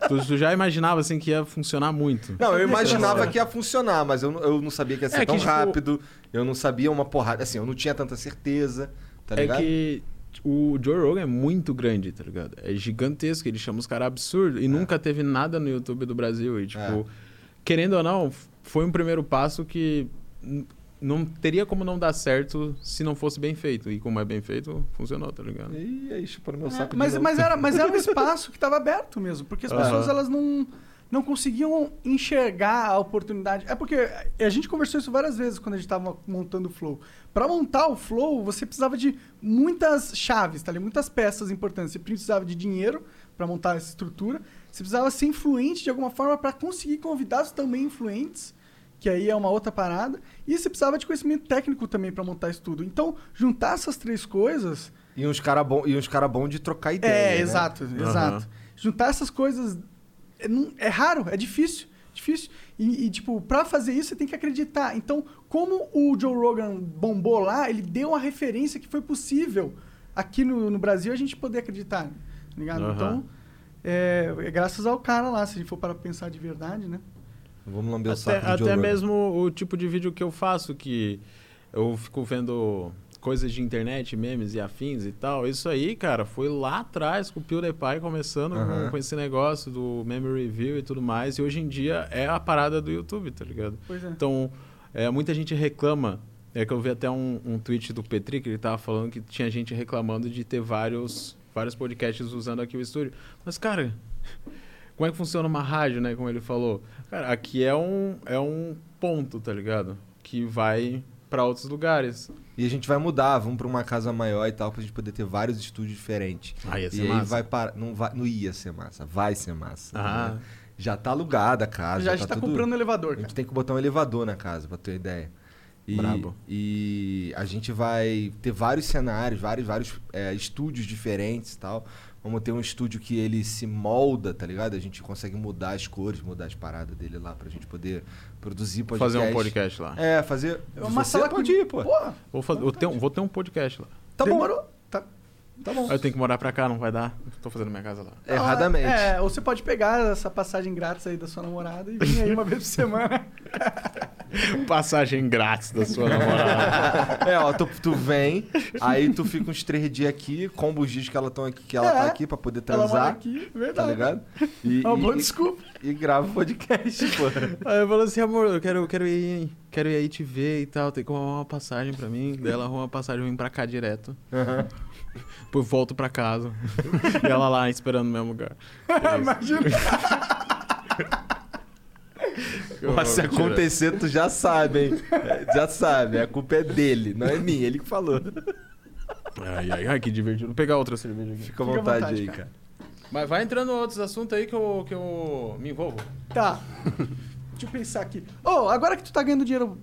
Tu, tu já imaginava assim que ia funcionar muito.
Não, eu imaginava que ia funcionar, mas eu, não- eu não sabia que ia ser
É que,
tão
tipo,
rápido. Eu não sabia uma porrada. Assim, eu não tinha tanta certeza, tá
é
ligado?
que o Joe Rogan é muito grande, tá ligado? É gigantesco, ele chama os caras absurdo e nunca teve nada no YouTube do Brasil. E, tipo,
É.
querendo ou não, f- foi um primeiro passo que n- não teria como não dar certo se não fosse bem feito. E como é bem feito, funcionou, tá ligado?
E aí, chupando meu
É,
saco
mas,
de novo.
mas, era, mas
(laughs)
era um espaço que estava aberto mesmo, porque as
Aham.
pessoas elas não, não conseguiam enxergar a oportunidade. É porque a gente conversou isso várias vezes quando a gente estava montando o Flow. Para montar o Flow, você precisava de muitas chaves, tá ali, muitas peças importantes. Você precisava de dinheiro para montar essa estrutura, você precisava ser influente de alguma forma para conseguir convidados também influentes que aí é uma outra parada, e você precisava de conhecimento técnico também para montar isso tudo. Então, juntar essas três coisas
E uns caras bons cara bom de trocar ideia.
é,
né?
exato, exato. Juntar essas coisas é, não- é raro, é difícil. Difícil. E, e, tipo, pra fazer isso, você tem que acreditar. Então, como o Joe Rogan bombou lá, ele deu uma referência que foi possível aqui no, no Brasil a gente poder acreditar. Tá ligado?
Aham.
Então, é, é graças ao cara lá, se a gente for para pensar de verdade, né?
Vamos lamber o
Até,
saco do Joe
até
Rogan.
mesmo o tipo de vídeo que eu faço, que eu fico vendo coisas de internet, memes e afins e tal. Isso aí, cara, foi lá atrás com o PewDiePie começando
Aham.
com, com esse negócio do meme review e tudo mais. E hoje em dia é a parada do YouTube, tá ligado?
Pois é.
Então, é, muita gente reclama. É que eu vi até um, um tweet do Petri que ele tava falando que tinha gente reclamando de ter vários, vários podcasts usando aqui o estúdio. Mas, cara, (laughs) Como é que funciona uma rádio, né? Como ele falou. Cara, aqui é um, é um ponto, tá ligado? Que vai pra outros lugares.
E a gente vai mudar, vamos pra uma casa maior e tal, pra gente poder ter vários estúdios diferentes.
Ah, ia ser
e aí
massa.
vai parar. Não, vai, não ia ser massa, vai ser massa.
Ah.
né? Já tá alugada a casa.
Já, a gente tá
tudo-
comprando um elevador,
A
cara.
gente tem que botar um elevador na casa, pra ter ideia. E,
Brabo.
E a gente vai ter vários cenários, vários, vários é, estúdios diferentes e tal. Vamos ter um estúdio que ele se molda, tá ligado? A gente consegue mudar as cores, mudar as paradas dele lá pra gente poder produzir podcast.
Fazer um podcast lá.
É, fazer.
É uma sala que-
pode ir, pô.
Porra,
Vou, fa- eu tenho- vou ter um podcast lá.
Tá bom.
demorou. Tá, tá bom.
Aí eu tenho que morar pra cá, não vai dar. Tô fazendo minha casa lá. (laughs)
Erradamente.
É, ou você pode pegar essa passagem grátis aí da sua namorada e vir aí uma vez por semana.
Passagem grátis da sua namorada.
(laughs) É, ó, tu, tu vem, aí tu fica uns três dias aqui, com os dias que ela, tão aqui, que ela
É.
tá aqui pra poder
Ela mora
transar.
aqui,
Tá
verdade.
ligado? E,
É uma
e-
boa (laughs) desculpa.
e, grava o podcast, (laughs) pô.
Aí eu falo assim, amor, eu quero, eu quero ir aí, quero ir aí te ver e tal, tem que arrumar uma passagem pra mim. Daí ela arruma uma passagem, eu vim pra cá direto.
Aham.
Depois volto pra (laughs) casa. e ela lá esperando no mesmo (laughs) lugar.
Imagina.
Mas se acontecer, tu já sabe, hein? É, (laughs) Já sabe, a culpa é dele, não é minha, ele que falou.
Ai, ai, ai, que divertido. Vou pegar outra cerveja aqui.
Fica à vontade, aí, cara.
Mas vai entrando outros assuntos aí que eu, que eu me envolvo.
Tá. Deixa eu pensar aqui. Ô, agora que tu tá ganhando dinheiro,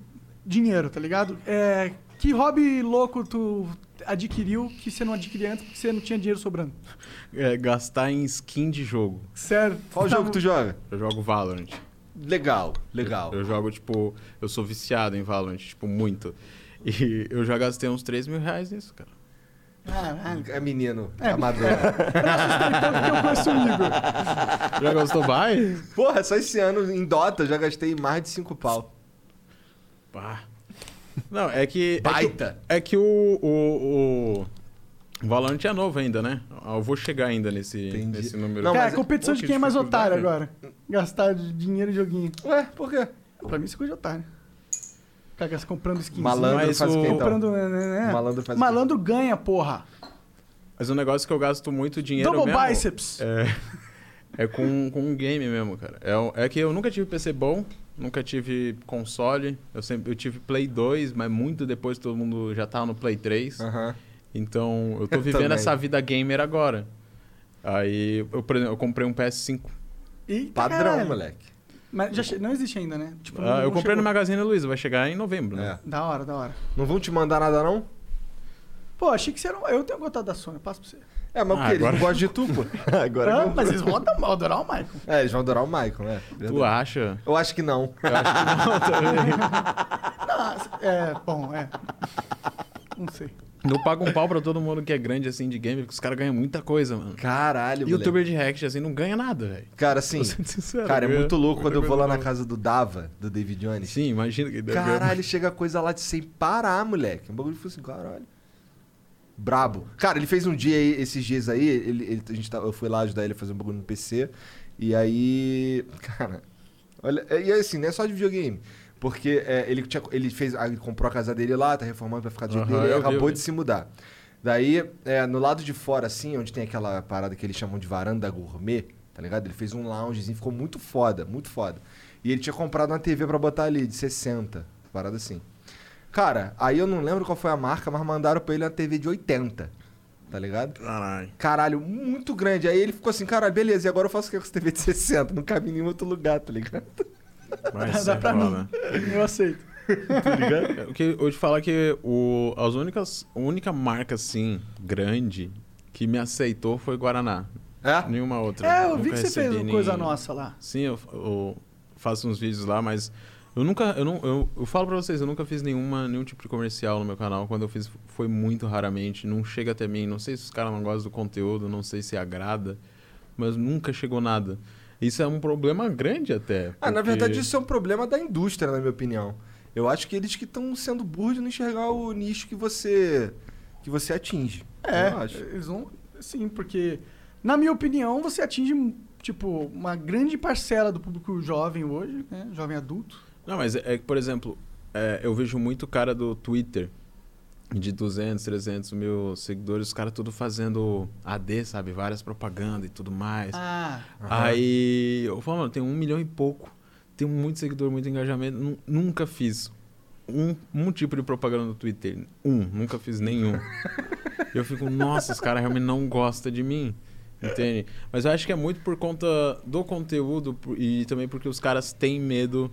dinheiro, tá ligado? É, que hobby louco tu adquiriu que você não adquiria antes porque você não tinha dinheiro sobrando?
É, gastar em skin de jogo.
Sério.
Qual
Tá
jogo que tu joga?
Eu jogo Valorant.
Legal, legal.
Eu jogo, tipo, eu sou viciado em Valorant, tipo, muito. E eu já gastei uns 3 mil reais nisso, cara.
Caralho.
É menino, (laughs) amador.
Então, eu conheço o Igor.
Já gastou mais?
Porra, só esse ano em Dota eu já gastei mais de cinco pau.
Pá. Não, é que.
Baita.
É que, é que o, o, o Valorant é novo ainda, né? Eu vou chegar ainda nesse,
Entendi.
nesse número.
Não,
cara,
mas-
competição
Pô,
de
que
quem é mais otário
dificuldade.
agora. Gastar de dinheiro em joguinho.
Ué, por quê?
Pra mim, isso é coisa de otário. Cara, gasta comprando skins.
Malandro
mas
faz o
o-
que então?
Comprando, né, né, né?
Malandro faz o quê?
Malandro ganha, porra.
Mas um negócio que eu gasto muito dinheiro
Double
mesmo
biceps.
É, é com, com um game mesmo, cara. É, o- é que eu nunca tive PC bom, nunca tive console. Eu sempre eu tive Play 2, mas muito depois todo mundo já tava no Play 3.
Aham.
Então, eu tô
Ah. Eu
vivendo
também.
essa vida gamer agora. Aí, eu, por exemplo, eu comprei um PS5.
Eita,
Padrão,
caralho.
moleque.
Mas já che- não existe ainda, né? Tipo, não-
Ah, eu
não
comprei no
chegou.
Magazine Luiza, vai chegar em novembro, né?
É.
Da hora, da hora.
Não vão te mandar nada, não?
Pô, achei que você era um... Eu tenho gostado da Sony, eu passo pra você.
É, mas
Ah,
porque eles
agora-
não gostam de tu, pô. (laughs) Agora
Ah,
que eu-
mas eles vão adam- adorar o Michael.
É, eles vão adorar o Michael, né?
Tu acha?
Eu acho que não.
Nossa, é, bom, é. Não sei.
Eu pago um pau pra todo mundo que é grande assim de game, porque os caras ganham muita coisa, mano.
Caralho, moleque.
Youtuber de react, assim, não ganha nada, velho.
Cara, assim,
Tô sendo sincero,
cara, é
ganha-
muito louco quando eu
ganha
vou lá na
coisa
casa do Dava, do David
né?
nova.
Jones.
Sim, imagina que ganha.
Caralho, chega coisa lá de sem parar, moleque. Um bagulho que eu falei assim, caralho. Brabo. Cara, ele fez um dia aí, esses dias aí, ele, ele- a gente tava- eu fui lá ajudar ele a fazer um bagulho no PC. E aí. (laughs) Cara, olha. E aí, assim, não é só de videogame. Porque é, ele, tinha- ele fez. ah, Ele comprou a casa dele lá, tá reformando pra ficar do jeito
Aham,
dele,
eu
e
vi,
acabou
eu
de
vi.
se mudar. Daí, é, no lado de fora, assim, onde tem aquela parada que eles chamam de varanda gourmet, tá ligado? Ele fez um loungezinho, ficou muito foda, muito foda. E ele tinha comprado uma TV pra botar ali, de 60, parada assim. Cara, aí eu não lembro qual foi a marca, mas mandaram pra ele uma TV de 80, tá ligado?
(laughs)
Caralho.
Caralho, muito grande. Aí ele ficou assim, cara, beleza, e agora eu faço o que com essa TV de 60? Não cabe em nenhum outro lugar, tá ligado?
Mas
Dá pra
né?
mim. Eu aceito.
O que eu te falar é que o, as únicas, a única marca, assim, grande que me aceitou foi Guaraná.
É?
Nenhuma outra.
É, eu vi
Nunca
que você fez
recebi
uma coisa
nem-
nossa lá.
Sim, eu, eu faço uns vídeos lá, mas eu nunca. Eu, não, eu, eu falo pra vocês, eu nunca fiz nenhuma, nenhum tipo de comercial no meu canal. Quando eu fiz, foi muito raramente. Não chega até mim. Não sei se os caras não gostam do conteúdo, não sei se agrada, mas nunca chegou nada. Isso é um problema grande até.
Ah, na
porque-
verdade isso é um problema da indústria, na minha opinião. Eu acho que eles que estão sendo burros de não enxergar o nicho que você que você atinge.
É,
eu acho.
eles vão. Sim, porque, na minha opinião, você atinge, tipo, uma grande parcela do público jovem hoje, né? Jovem adulto.
Não, mas é é que, por exemplo, é, eu vejo muito cara do Twitter de 200, 300 mil seguidores, os caras tudo fazendo AD, sabe? Várias propagandas e tudo mais.
Ah,
Aí eu falo, mano, tem um milhão e pouco. Tenho muito seguidor, muito engajamento. nu- Nunca fiz um, um tipo de propaganda no Twitter. Um, nunca
(laughs)
fiz nenhum. eu fico, nossa, os caras realmente não gostam de mim. Entende? Mas eu acho que é muito por conta do conteúdo por- e também porque os caras têm medo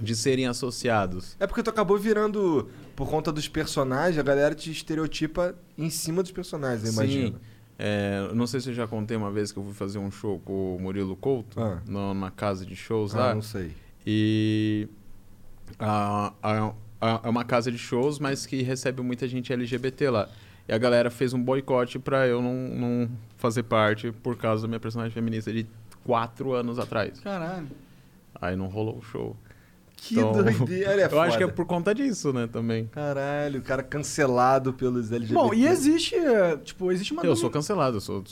de serem associados.
É porque tu acabou virando, por conta dos personagens, a galera te estereotipa em cima dos personagens, eu imagino.
Sim. É, eu não sei se eu já contei uma vez que eu fui fazer um show com o Murilo Couto,
Ah.
no- numa casa de shows
Ah,
lá.
não sei.
E a- a- a- é uma casa de shows, mas que recebe muita gente LGBT lá. E a galera fez um boicote pra eu não, não fazer parte por causa da minha personagem feminista de quatro anos atrás.
caralho.
Aí não rolou o show.
Que
Então,
doideira, é
(laughs) eu acho que é
foda.
por conta disso, né, também.
Caralho, o cara cancelado pelos LGBT.
Bom, e existe, é, tipo, existe uma...
Eu
dúvida-
sou cancelado, eu sou.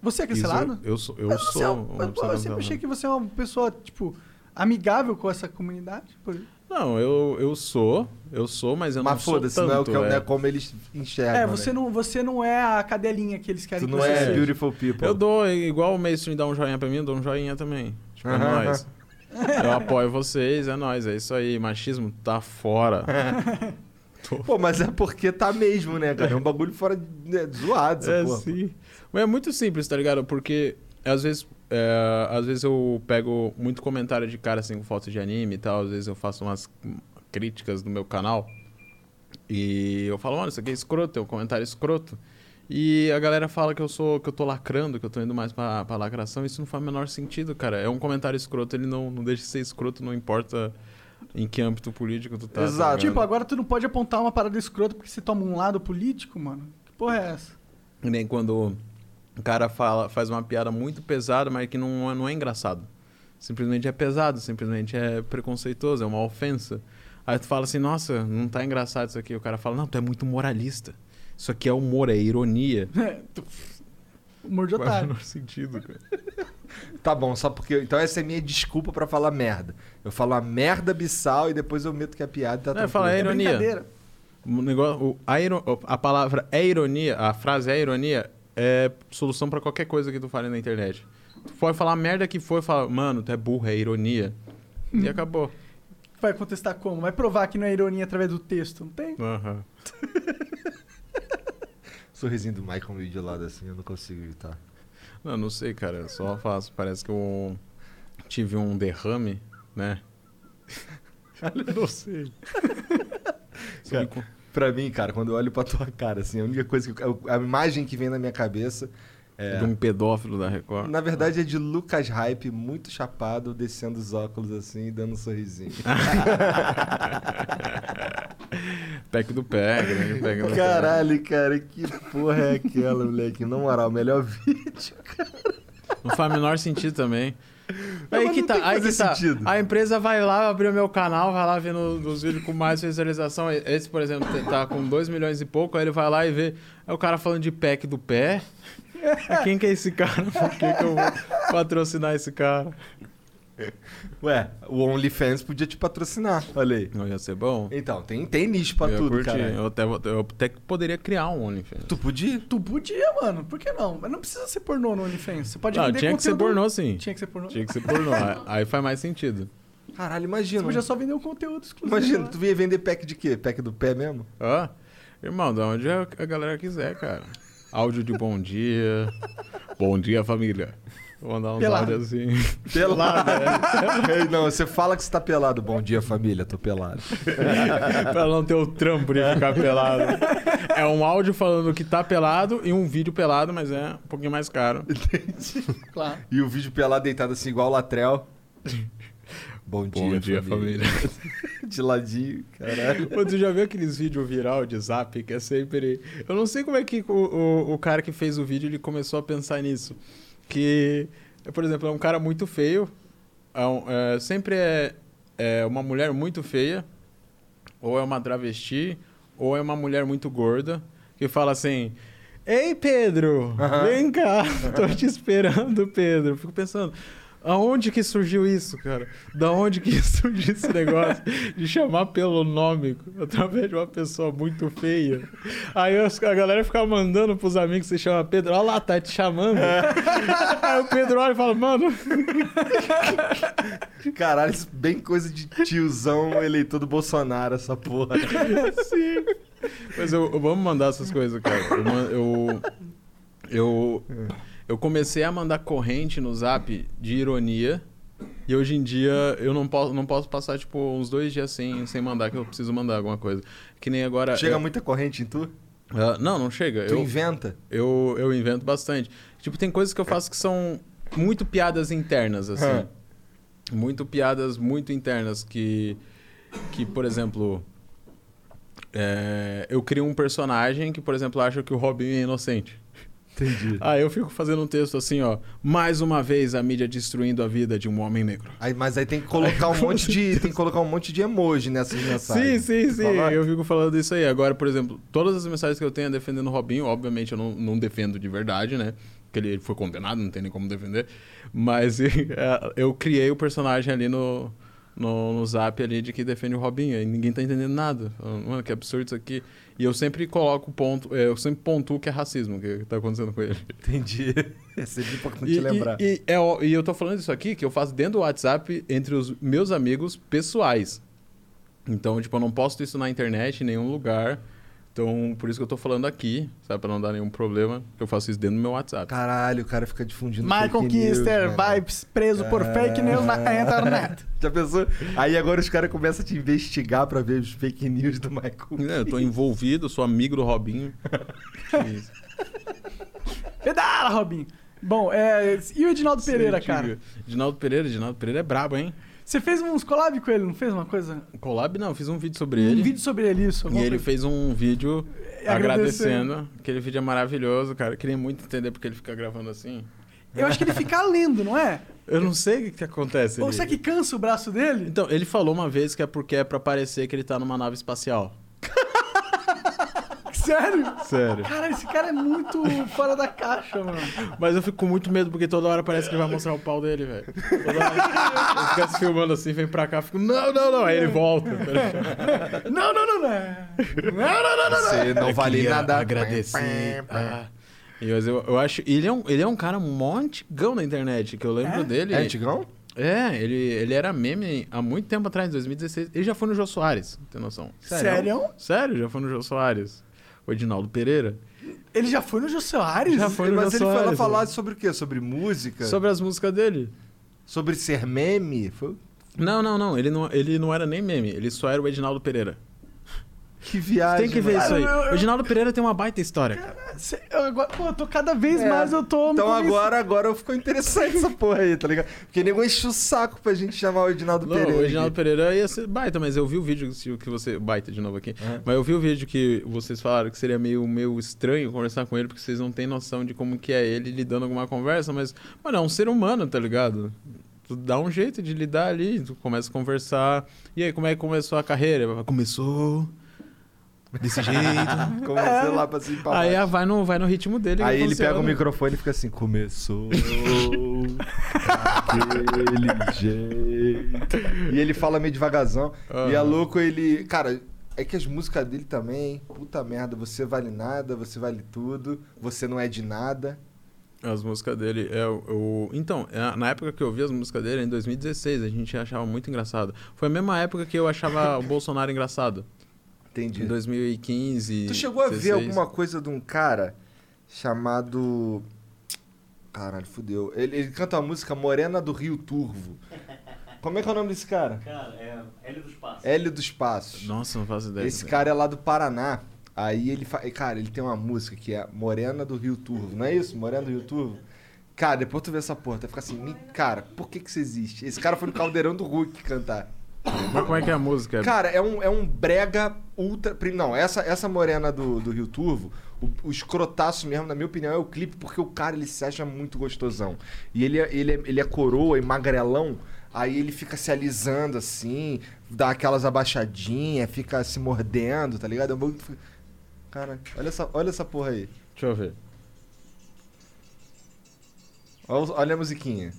Você é cancelado?
Eu sou. Eu
Mas você
sou
é um-
uma
mas, pô,
pessoa
eu sempre
cancelada.
achei que você é uma pessoa, tipo, amigável com essa comunidade. Tipo,
Não, eu, eu sou, eu sou, mas eu não
Mas
sou.
foda-se, não é, o que,
tanto,
não
é.
é como eles enxergam.
é, você,
né?
não, você não é a cadelinha que eles querem
Tu
que
não
você
é
seja.
beautiful people.
Eu dou, é igual o Mainstream dá um joinha pra mim, eu dou um joinha também. Tipo, é
Aham.
nóis. Eu apoio vocês, é nóis, é isso aí. Machismo tá fora.
Pô, mas é porque tá mesmo, né, cara? É um bagulho fora de- né, zoado, essa
É,
porra.
sim. Mas é muito simples, tá ligado? Porque às vezes, é, às vezes eu pego muito comentário de cara assim com fotos de anime e tal, às vezes eu faço umas críticas no meu canal. E eu falo, mano, isso aqui é escroto, é um comentário escroto. E a galera fala que eu sou que eu tô lacrando, que eu tô indo mais pra, pra lacração, isso não faz o menor sentido, cara. É um comentário escroto, ele não, não deixa de ser escroto, não importa em que âmbito político tu tá. tá
Exato.
ligado?
Tipo, agora tu não pode apontar uma parada escrota porque você toma um lado político, mano. Que porra é essa? (laughs)
Que nem quando o cara fala, faz uma piada muito pesada, mas que não, é- não é engraçado. Simplesmente é pesado, simplesmente é preconceituoso, é uma ofensa. Aí tu fala assim, nossa, não tá engraçado isso aqui. O cara fala, não, tu é muito moralista. Isso aqui é humor, é ironia.
Tu- Humor de
Faz o
otário.
menor sentido, cara.
Tá bom, só porque. Então essa é minha desculpa pra falar merda. Eu falo a merda abissal e depois eu meto que é piada e tá
Não, eu falo,
tranquilo.
é ironia.
Brincadeira.
O negócio, o- a, iro- a palavra é ironia, a frase é ironia, é solução pra qualquer coisa que tu fale na internet. Tu pode falar a merda que for, fala, mano, tu é burro, é ironia. E acabou.
Vai contestar como? Vai provar que não é ironia através do texto, não tem?
Aham.
Sorrisinho do Michael meio de lado assim, eu não consigo evitar.
Não, não sei, cara. Eu Só faço. Parece que eu tive um derrame, né? Eu não (laughs) sei. um
Cara, Pra mim, cara, quando eu olho pra tua cara, assim, a única coisa que. eu- a imagem que vem na minha cabeça é.
De um pedófilo da Record.
Na verdade é de Lucas Hype, muito chapado, descendo os óculos assim e dando um sorrisinho.
Pack do pega, né? Pack do
Caralho, cara, que porra é aquela, moleque? Na moral, melhor vídeo.
pega. Não faz o menor sentido também. Aí
mas
que
não
tá,
tem que
aí que
fazer
tá.
sentido.
A empresa vai lá abrir o meu canal, vai lá ver no- nos vídeos com mais visualização. Esse, por exemplo, tá com 2 milhões e pouco, aí ele vai lá e vê. Aí o cara falando de pack
(laughs)
do pé. Quem que é esse cara? Por que, que eu vou patrocinar esse cara?
Ué, o OnlyFans podia te patrocinar, olha aí.
Não ia ser bom.
Então, tem, tem nicho pra
Eu ia
tudo,
curtir.
cara.
Eu até, vou- eu até que poderia criar um OnlyFans.
Tu podia?
Tu podia, mano. Por que não? Mas não precisa ser pornô no OnlyFans. Você pode
Não,
vender
tinha que ser
conteúdo-
pornô, sim.
Tinha que ser pornô.
Tinha que ser
(laughs)
pornô. Aí- Aí faz mais sentido.
Caralho,
Você
imagina.
podia só vender o conteúdo exclusivo. né?
Imagina,
lá.
tu ia vender pack de quê? Pack do pé mesmo?
Ó, irmão, da onde é a a galera quiser, cara. Áudio de bom dia. bom dia, família. Vou mandar uns
Pelado.
áudios assim. (laughs)
Pelado,
né?
(laughs) é. Não, você fala que você tá pelado. Bom dia, família, tô
(laughs)
pelado.
pra não ter o trampo de ficar pelado. É um áudio falando que tá pelado e um vídeo pelado, mas é um pouquinho mais caro.
Claro.
E o vídeo pelado deitado assim, igual o Latrel. Bom dia,
Bom dia, família.
(laughs) De ladinho, caralho.
(laughs) Pô, tu já viu aqueles vídeos viral de zap que é sempre. Eu não sei como é que o, o, o cara que fez o vídeo ele começou a pensar nisso. Que, por exemplo, é um cara muito feio. é um- é, sempre é, é uma mulher muito feia, ou é uma travesti, ou é uma mulher muito gorda, que fala assim. (laughs) Ei, Pedro! Vem cá! Tô te esperando, Pedro. Fico pensando, Aonde que surgiu isso, cara? Da onde que (laughs) surgiu esse negócio de chamar pelo nome através de uma pessoa muito feia? Aí os- a galera ficava mandando pros amigos que se chama Pedro. Olha lá, tá te chamando. (laughs) Aí o Pedro olha e fala, mano,
Caralho, isso é bem coisa de tiozão eleitor do Bolsonaro, essa porra.
Sim. Mas eu, eu vamos mandar essas coisas, cara. Eu, man- eu, eu, eu comecei a mandar corrente no zap de ironia. E hoje em dia eu não posso, não posso passar, tipo, uns dois dias sem, sem mandar, que eu preciso mandar alguma coisa. Que nem agora.
Chega
É, eu-
muita corrente em tu?
Ah, não, não chega.
Tu
Eu,
inventa?
eu, eu invento bastante. Tipo, tem coisas que eu faço que são muito piadas internas, assim.
Ah.
Muito piadas muito internas que, que por exemplo... é, eu crio um personagem que, por exemplo, acha que o Robin é inocente.
Entendi.
Aí eu fico fazendo um texto assim, ó. Mais uma vez a mídia destruindo a vida de um homem negro.
Aí, mas aí tem que colocar um
(laughs)
monte de. Tem que colocar um monte de emoji nessas
Sim,
mensagens.
sim, sim.
Falar.
Eu fico falando isso aí. Agora, por exemplo, todas as mensagens que eu tenho é defendendo o Robinho, obviamente eu não, não defendo de verdade, né? Porque ele foi condenado, não tem nem como defender. Mas (laughs) é, eu criei o personagem ali no, no, no zap ali de que defende o Robinho. E ninguém tá entendendo nada. Falando, Mano, que absurdo isso aqui. E eu sempre coloco ponto, é, eu sempre pontuo que é racismo que tá acontecendo com ele.
Entendi. (laughs) É sempre importante
E,
lembrar.
e- e é ó- e eu tô falando isso aqui que eu faço dentro do WhatsApp entre os meus amigos pessoais. Então, tipo, eu não posto isso na internet em nenhum lugar. Então, por isso que eu tô falando aqui, sabe? Pra não dar nenhum problema, que eu faço isso dentro do meu WhatsApp.
Caralho, o cara fica difundindo.
Michael
fake news,
Kister,
né?
vibes, preso por
Ah.
fake news na internet.
Já pensou? Aí agora os caras começam a te investigar pra ver os fake news do Michael.
É, eu tô envolvido, eu sou amigo do (laughs) Robinho. Isso.
Pedala, Robinho. Bom, é, e o Edinaldo Pereira, cara?
Edinaldo Pereira, Edinaldo Pereira é brabo, hein?
Você fez uns collab com ele, não fez uma coisa?
Collab não, eu fiz um vídeo sobre
Um
ele.
vídeo sobre ele, isso.
E
alguma
ele
coisa.
fez um vídeo
Agradecendo.
agradecendo. Aquele vídeo é maravilhoso, cara. Eu queria muito entender porque ele fica gravando assim.
Eu acho que ele fica lendo, não é?
Eu não sei o que, que acontece.
Ou
ali.
será que cansa o braço dele? (laughs)
Então, ele falou uma vez que é porque é pra parecer que ele tá numa nave espacial.
Sério?
Sério.
Cara, esse cara é muito fora da caixa, mano.
Mas eu fico com muito medo porque toda hora parece que ele vai mostrar o pau dele, velho. Toda hora ele fica se filmando assim, vem pra cá, fico, não, não, não. Aí ele volta. tá ligado?
Não, não, não, é. não. Não, não, não, não.
Você não
Eu
vale
queria
nada.
Agradecer. Ah. E mas eu, eu acho. Ele é, um, ele é um cara montigão na internet, que eu lembro
É?
dele.
É antigão?
É, ele, ele era meme há muito tempo atrás, em 2016. Ele já foi no Jô Soares, tem noção.
Sério?
Sério, já foi no Jô Soares. O Edinaldo Pereira.
Ele já foi no Jô Soares?
Já foi no
Mas
Jô
ele foi lá
Soares,
falar
mano.
sobre o quê? Sobre música? Sobre,
Sobre as músicas dele.
ser meme? Foi-
Não, não, não. Ele não, ele não era nem meme. Ele só era o Edinaldo Pereira.
Que
Você
viagem.
tem que ver
mano.
isso aí.
eu- eu-
O Edinaldo Pereira tem uma baita história, cara.
Cê- eu agora- pô, eu tô cada vez
É.
mais, eu tô... me
Então
convencendo.
agora, agora ficou interessante essa porra aí, tá ligado? Porque nego enche o saco pra gente chamar o Edinaldo
Não,
Pereira.
o Edinaldo
aqui.
Pereira ia ser baita, mas eu vi o vídeo que que você. Baita de novo aqui.
É.
Mas eu vi o vídeo que vocês falaram que seria meio, meio estranho conversar com ele, porque vocês não têm noção de como que é ele lidando alguma conversa, mas, mano, é um ser humano, tá ligado? Tu dá um jeito de lidar ali, tu começa a conversar. E aí, como é que começou a carreira? Começou. Desse jeito.
Comecei lá (laughs) pra se empapar.
É. Aí ah, vai no, vai né? no ritmo dele.
Aí ele pega o
microfone.
microfone e fica assim:
(laughs)
começou aquele jeito. E ele fala meio devagarzão. E é
Aham.
louco, ele. Cara, é que as músicas dele também, puta merda, você vale nada, você vale tudo, você não é de nada.
As músicas dele. É, o, o- então, é, na época que eu ouvi as músicas dele, em 2016, a gente achava muito engraçado. Foi a mesma época que eu achava o Bolsonaro engraçado.
Entendi.
Em 2015.
Tu chegou a ver
16.
alguma coisa de um cara chamado. Caralho, fudeu. Ele, ele canta a música Morena do Rio Turvo. Como é que é o nome desse cara?
Cara, é Hélio dos Passos.
Hélio dos Passos.
Nossa, não faço ideia.
Esse cara é lá do Paraná. Aí ele faz. Cara, ele tem uma música que é Morena do Rio Turvo, não é isso? Morena do Rio Turvo? Cara, depois tu vê essa porra, tu vai ficar assim, "Me- cara, por que que isso existe? Esse cara foi no Caldeirão do Hulk cantar.
Mas como é que é a música?
Cara, é um, é um brega ultra. pri- Não, essa, essa morena do, do Rio Turvo, o, o escrotaço mesmo, na minha opinião, é o clipe, porque o cara ele se acha muito gostosão. E ele, é- ele, é- ele é coroa e magrelão, aí ele fica se alisando assim, dá aquelas abaixadinhas, fica se mordendo, tá ligado? É um bagulho que fica- Cara, olha essa, olha essa porra aí.
Deixa eu ver.
Olha, o- olha a musiquinha.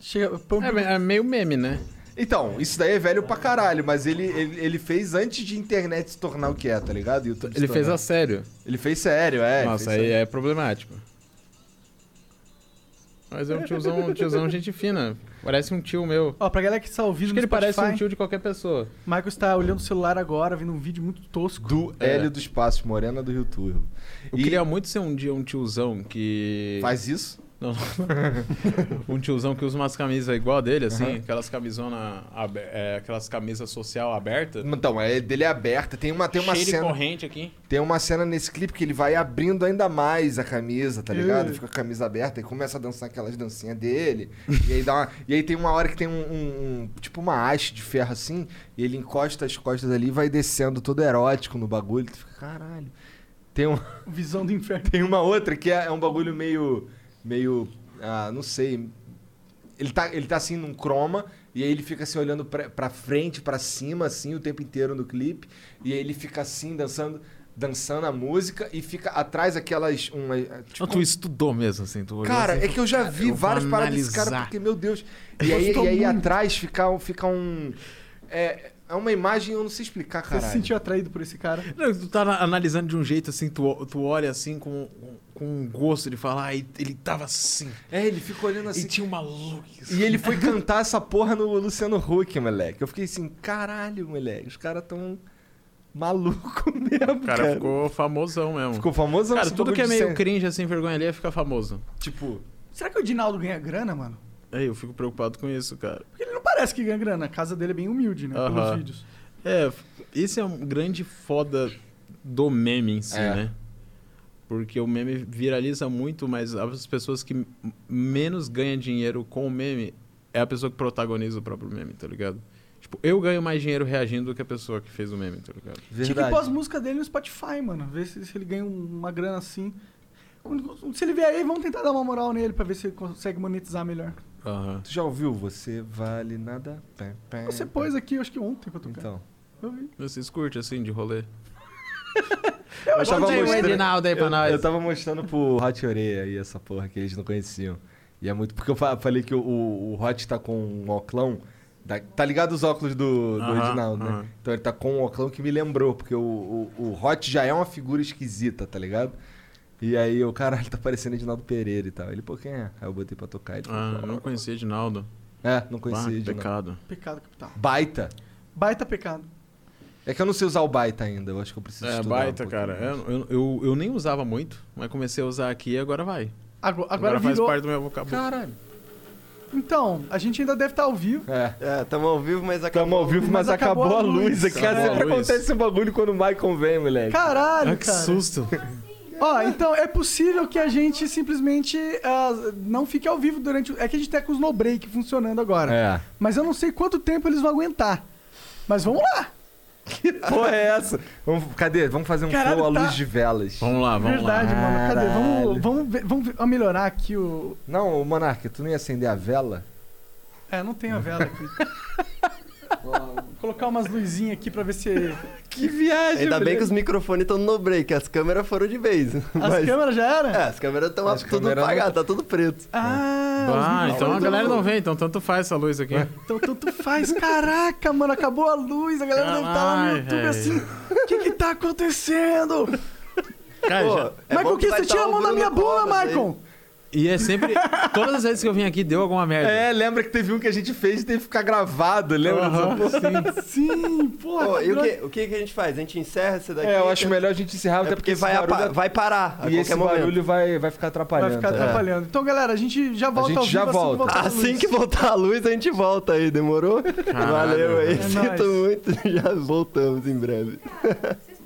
Chega,
É, é meio meme, né?
Então, isso daí é velho pra caralho, mas ele, ele, ele fez antes de internet se tornar o que é, tá ligado? YouTube se
Ele fez
tornar.
a sério.
Ele fez sério, é. ele
Nossa,
fez
aí
sério.
é problemático. Mas é um tiozão, um tiozão gente fina. Parece um tio meu.
Ó, pra galera que está ouvindo
Acho que
no
ele parece um
Spotify,
tio de qualquer pessoa.
Michael está olhando o celular agora, vendo um vídeo muito tosco.
Do
É.
Hélio do Espaço, Morena do Rio Turvo.
Eu
E
queria muito ser um dia um tiozão que.
faz isso?
Não, não. um tiozão que usa umas camisas igual a dele, assim, aquelas camisona. abe- é, aquelas camisas social aberta.
Então, é dele é aberta. Tem uma, tem uma
cheio de
cena.
corrente aqui.
Tem uma cena nesse clipe que ele vai abrindo ainda mais a camisa, tá ligado?
É.
Ih.
Fica com a camisa aberta e começa a dançar aquelas dancinhas dele. e, aí dá uma- e aí tem uma hora que tem um, um- um- Tipo uma haste de ferro assim. E ele encosta as costas ali e vai descendo todo erótico no bagulho. Tu fica, caralho. Tem, um,
Visão do
(laughs)
inferno.
tem uma outra que é, é um bagulho meio. Meio. Ah, não sei. Ele tá, ele tá assim num croma. E aí ele fica assim olhando pra, pra frente, pra cima, assim, o tempo inteiro no clipe. E aí ele fica assim, dançando. Dançando a música e fica atrás aquelas. Uma, tipo,
tu estudou mesmo, assim, tu olhou
Cara,
assim,
é que eu já
cara, eu
vi
vou
várias paradas desse cara,
analisar.
porque, meu Deus. E aí,
Gostou
e aí
muito.
atrás fica, um- fica um. É, é uma imagem, eu não sei explicar,
Você
cara.
se sentiu atraído por esse cara?
é-
Não, tu tá na- analisando de um jeito assim, tu, tu olha assim com, com um gosto de falar, ah, e- ele tava assim.
É, ele fica olhando assim.
E tinha uma assim. luz.
E ele foi cantar essa porra no Luciano Huck, moleque. Eu fiquei assim, caralho, moleque, os caras tão maluco (laughs) mesmo,
O
cara.
cara ficou famosão mesmo.
Ficou famoso?
Cara,
esse
tudo
bagulho
que é
de
meio
ser-
cringe, assim, vergonha ali, fica famoso.
Tipo,
Será que o Dinaldo ganha grana, mano?
Aí eu fico preocupado com isso, cara.
Porque ele não parece que ganha grana. A casa dele é bem humilde, né? Pelos
Aham.
vídeos.
É, f- esse é um grande foda do meme em si,
É.
né? Porque o meme viraliza muito, mas as pessoas que m- menos ganham dinheiro com o meme é a pessoa que protagoniza o próprio meme, tá ligado? Tipo, eu ganho mais dinheiro reagindo do que a pessoa que fez o meme, tá ligado?
Tinha que
verdade.
pôr as músicas dele no Spotify, mano. Ver se, se ele ganha um- uma grana assim. Quando- Se ele vier aí, vamos tentar dar uma moral nele pra ver se ele consegue monetizar melhor.
Aham.
Tu já ouviu? Você vale nada. Pé,
É,
pé,
Você
então.
pé.
pôs aqui, eu acho que ontem que eu toquei.
Então.
Eu vi.
Vocês curtem, assim, de rolê?
Eu,
Conta aí o Edinaldo aí pra
eu,
nós.
eu tava mostrando pro Hot Oreia aí essa porra que eles não conheciam. E é muito. Porque eu fa- falei que o, o o Hot tá com um oclão. da- tá ligado os óculos do, do
Aham,
Edinaldo, né?
aham.
Então ele tá com um oclão que me lembrou, porque o, o, o Hot já é uma figura esquisita, tá ligado? E aí eu, caralho, tá parecendo Edinaldo Pereira e tal. Ele, pô, quem é? Aí eu botei pra tocar. Ele falou,
Ah, não conhecia Edinaldo.
É, não
Ah,
conhecia
que
Edinaldo.
pecado.
Pecado capital.
Baita.
Baita pecado.
É que eu não sei usar o baita ainda, eu acho que eu preciso
É,
estudar um
baita,
pouquinho
cara.
mais.
Eu, eu, eu nem usava muito, mas comecei a usar aqui e agora vai.
Agora, agora
Agora, faz
virou.
parte do meu vocabulário.
Caralho.
Então, a gente ainda deve estar ao vivo.
É.
É, tamo ao vivo, mas acabou.
Tamo ao vivo, mas, acabou, a luz. aqui. Cara,
Acabou a
sempre
luz.
acontece esse bagulho quando o Michael vem, moleque.
Caralho,
Ah, que
cara.
susto.
Ó, então é possível que a gente simplesmente ah, não fique ao vivo durante. o- É que a gente tá com o Snow Break funcionando agora.
É.
Mas eu não sei quanto tempo eles vão aguentar. Mas vamos lá.
Que porra é essa? Vamos, cadê? Vamos fazer um
Caralho,
flow à
tá-
luz de velas.
Vamos lá, vamos
Verdade,
lá.
mano. Cadê? Vamos,
Caralho.
vamos, ver- vamos ver- ó, melhorar aqui o.
Não, Monark, tu não ia acender a vela?
É, não tem a vela aqui. (laughs) Vou colocar umas luzinhas aqui pra ver se.
Que viagem,
(laughs) Ainda bem que os microfones estão no break, as câmeras foram de vez.
As
mas...
câmeras já
É,
era?
as câmeras estão
As
tudo
câmeras não-
apagadas, tá tudo preto.
Ah, os
Ah,
microfones
então a
tão-
galera não vem, então tanto faz essa luz aqui.
Então tanto faz. Caraca, mano, acabou a luz. A galera deve estar lá no
Caralho,
YouTube
velho.
assim. O que que tá acontecendo?
Cara,
Pô,
já-
é bom
Michael,
que
que
vai
você
tá
tira a
o
mão da
Bruno
minha bula,
Covas aí.
Michael?
E é sempre. Todas as vezes que eu vim aqui deu alguma merda.
É, lembra que teve um que a gente fez e teve que ficar gravado, lembra?
Aham,
dessa porra?
sim.
Sim, porra.
Pô, e o
droga.
que, o que que a gente faz? A gente encerra esse daqui?
É, eu acho
que-
melhor a gente encerrar,
É
até
porque
porque
vai,
esse
apa-
barulho...
vai parar a
E
qualquer
esse
momento. (laughs)
barulho vai, vai ficar
Vai
atrapalhando.
ficar
é.
atrapalhando. Então, galera, a gente já volta
gente
ao vivo
já
assim que
volta.
voltar a
Assim
luz.
que voltar a luz, a gente volta aí, demorou?
Caralho,
Valeu aí,
velho. É
(laughs) sinto
nóis.
muito, já voltamos em breve.
Vocês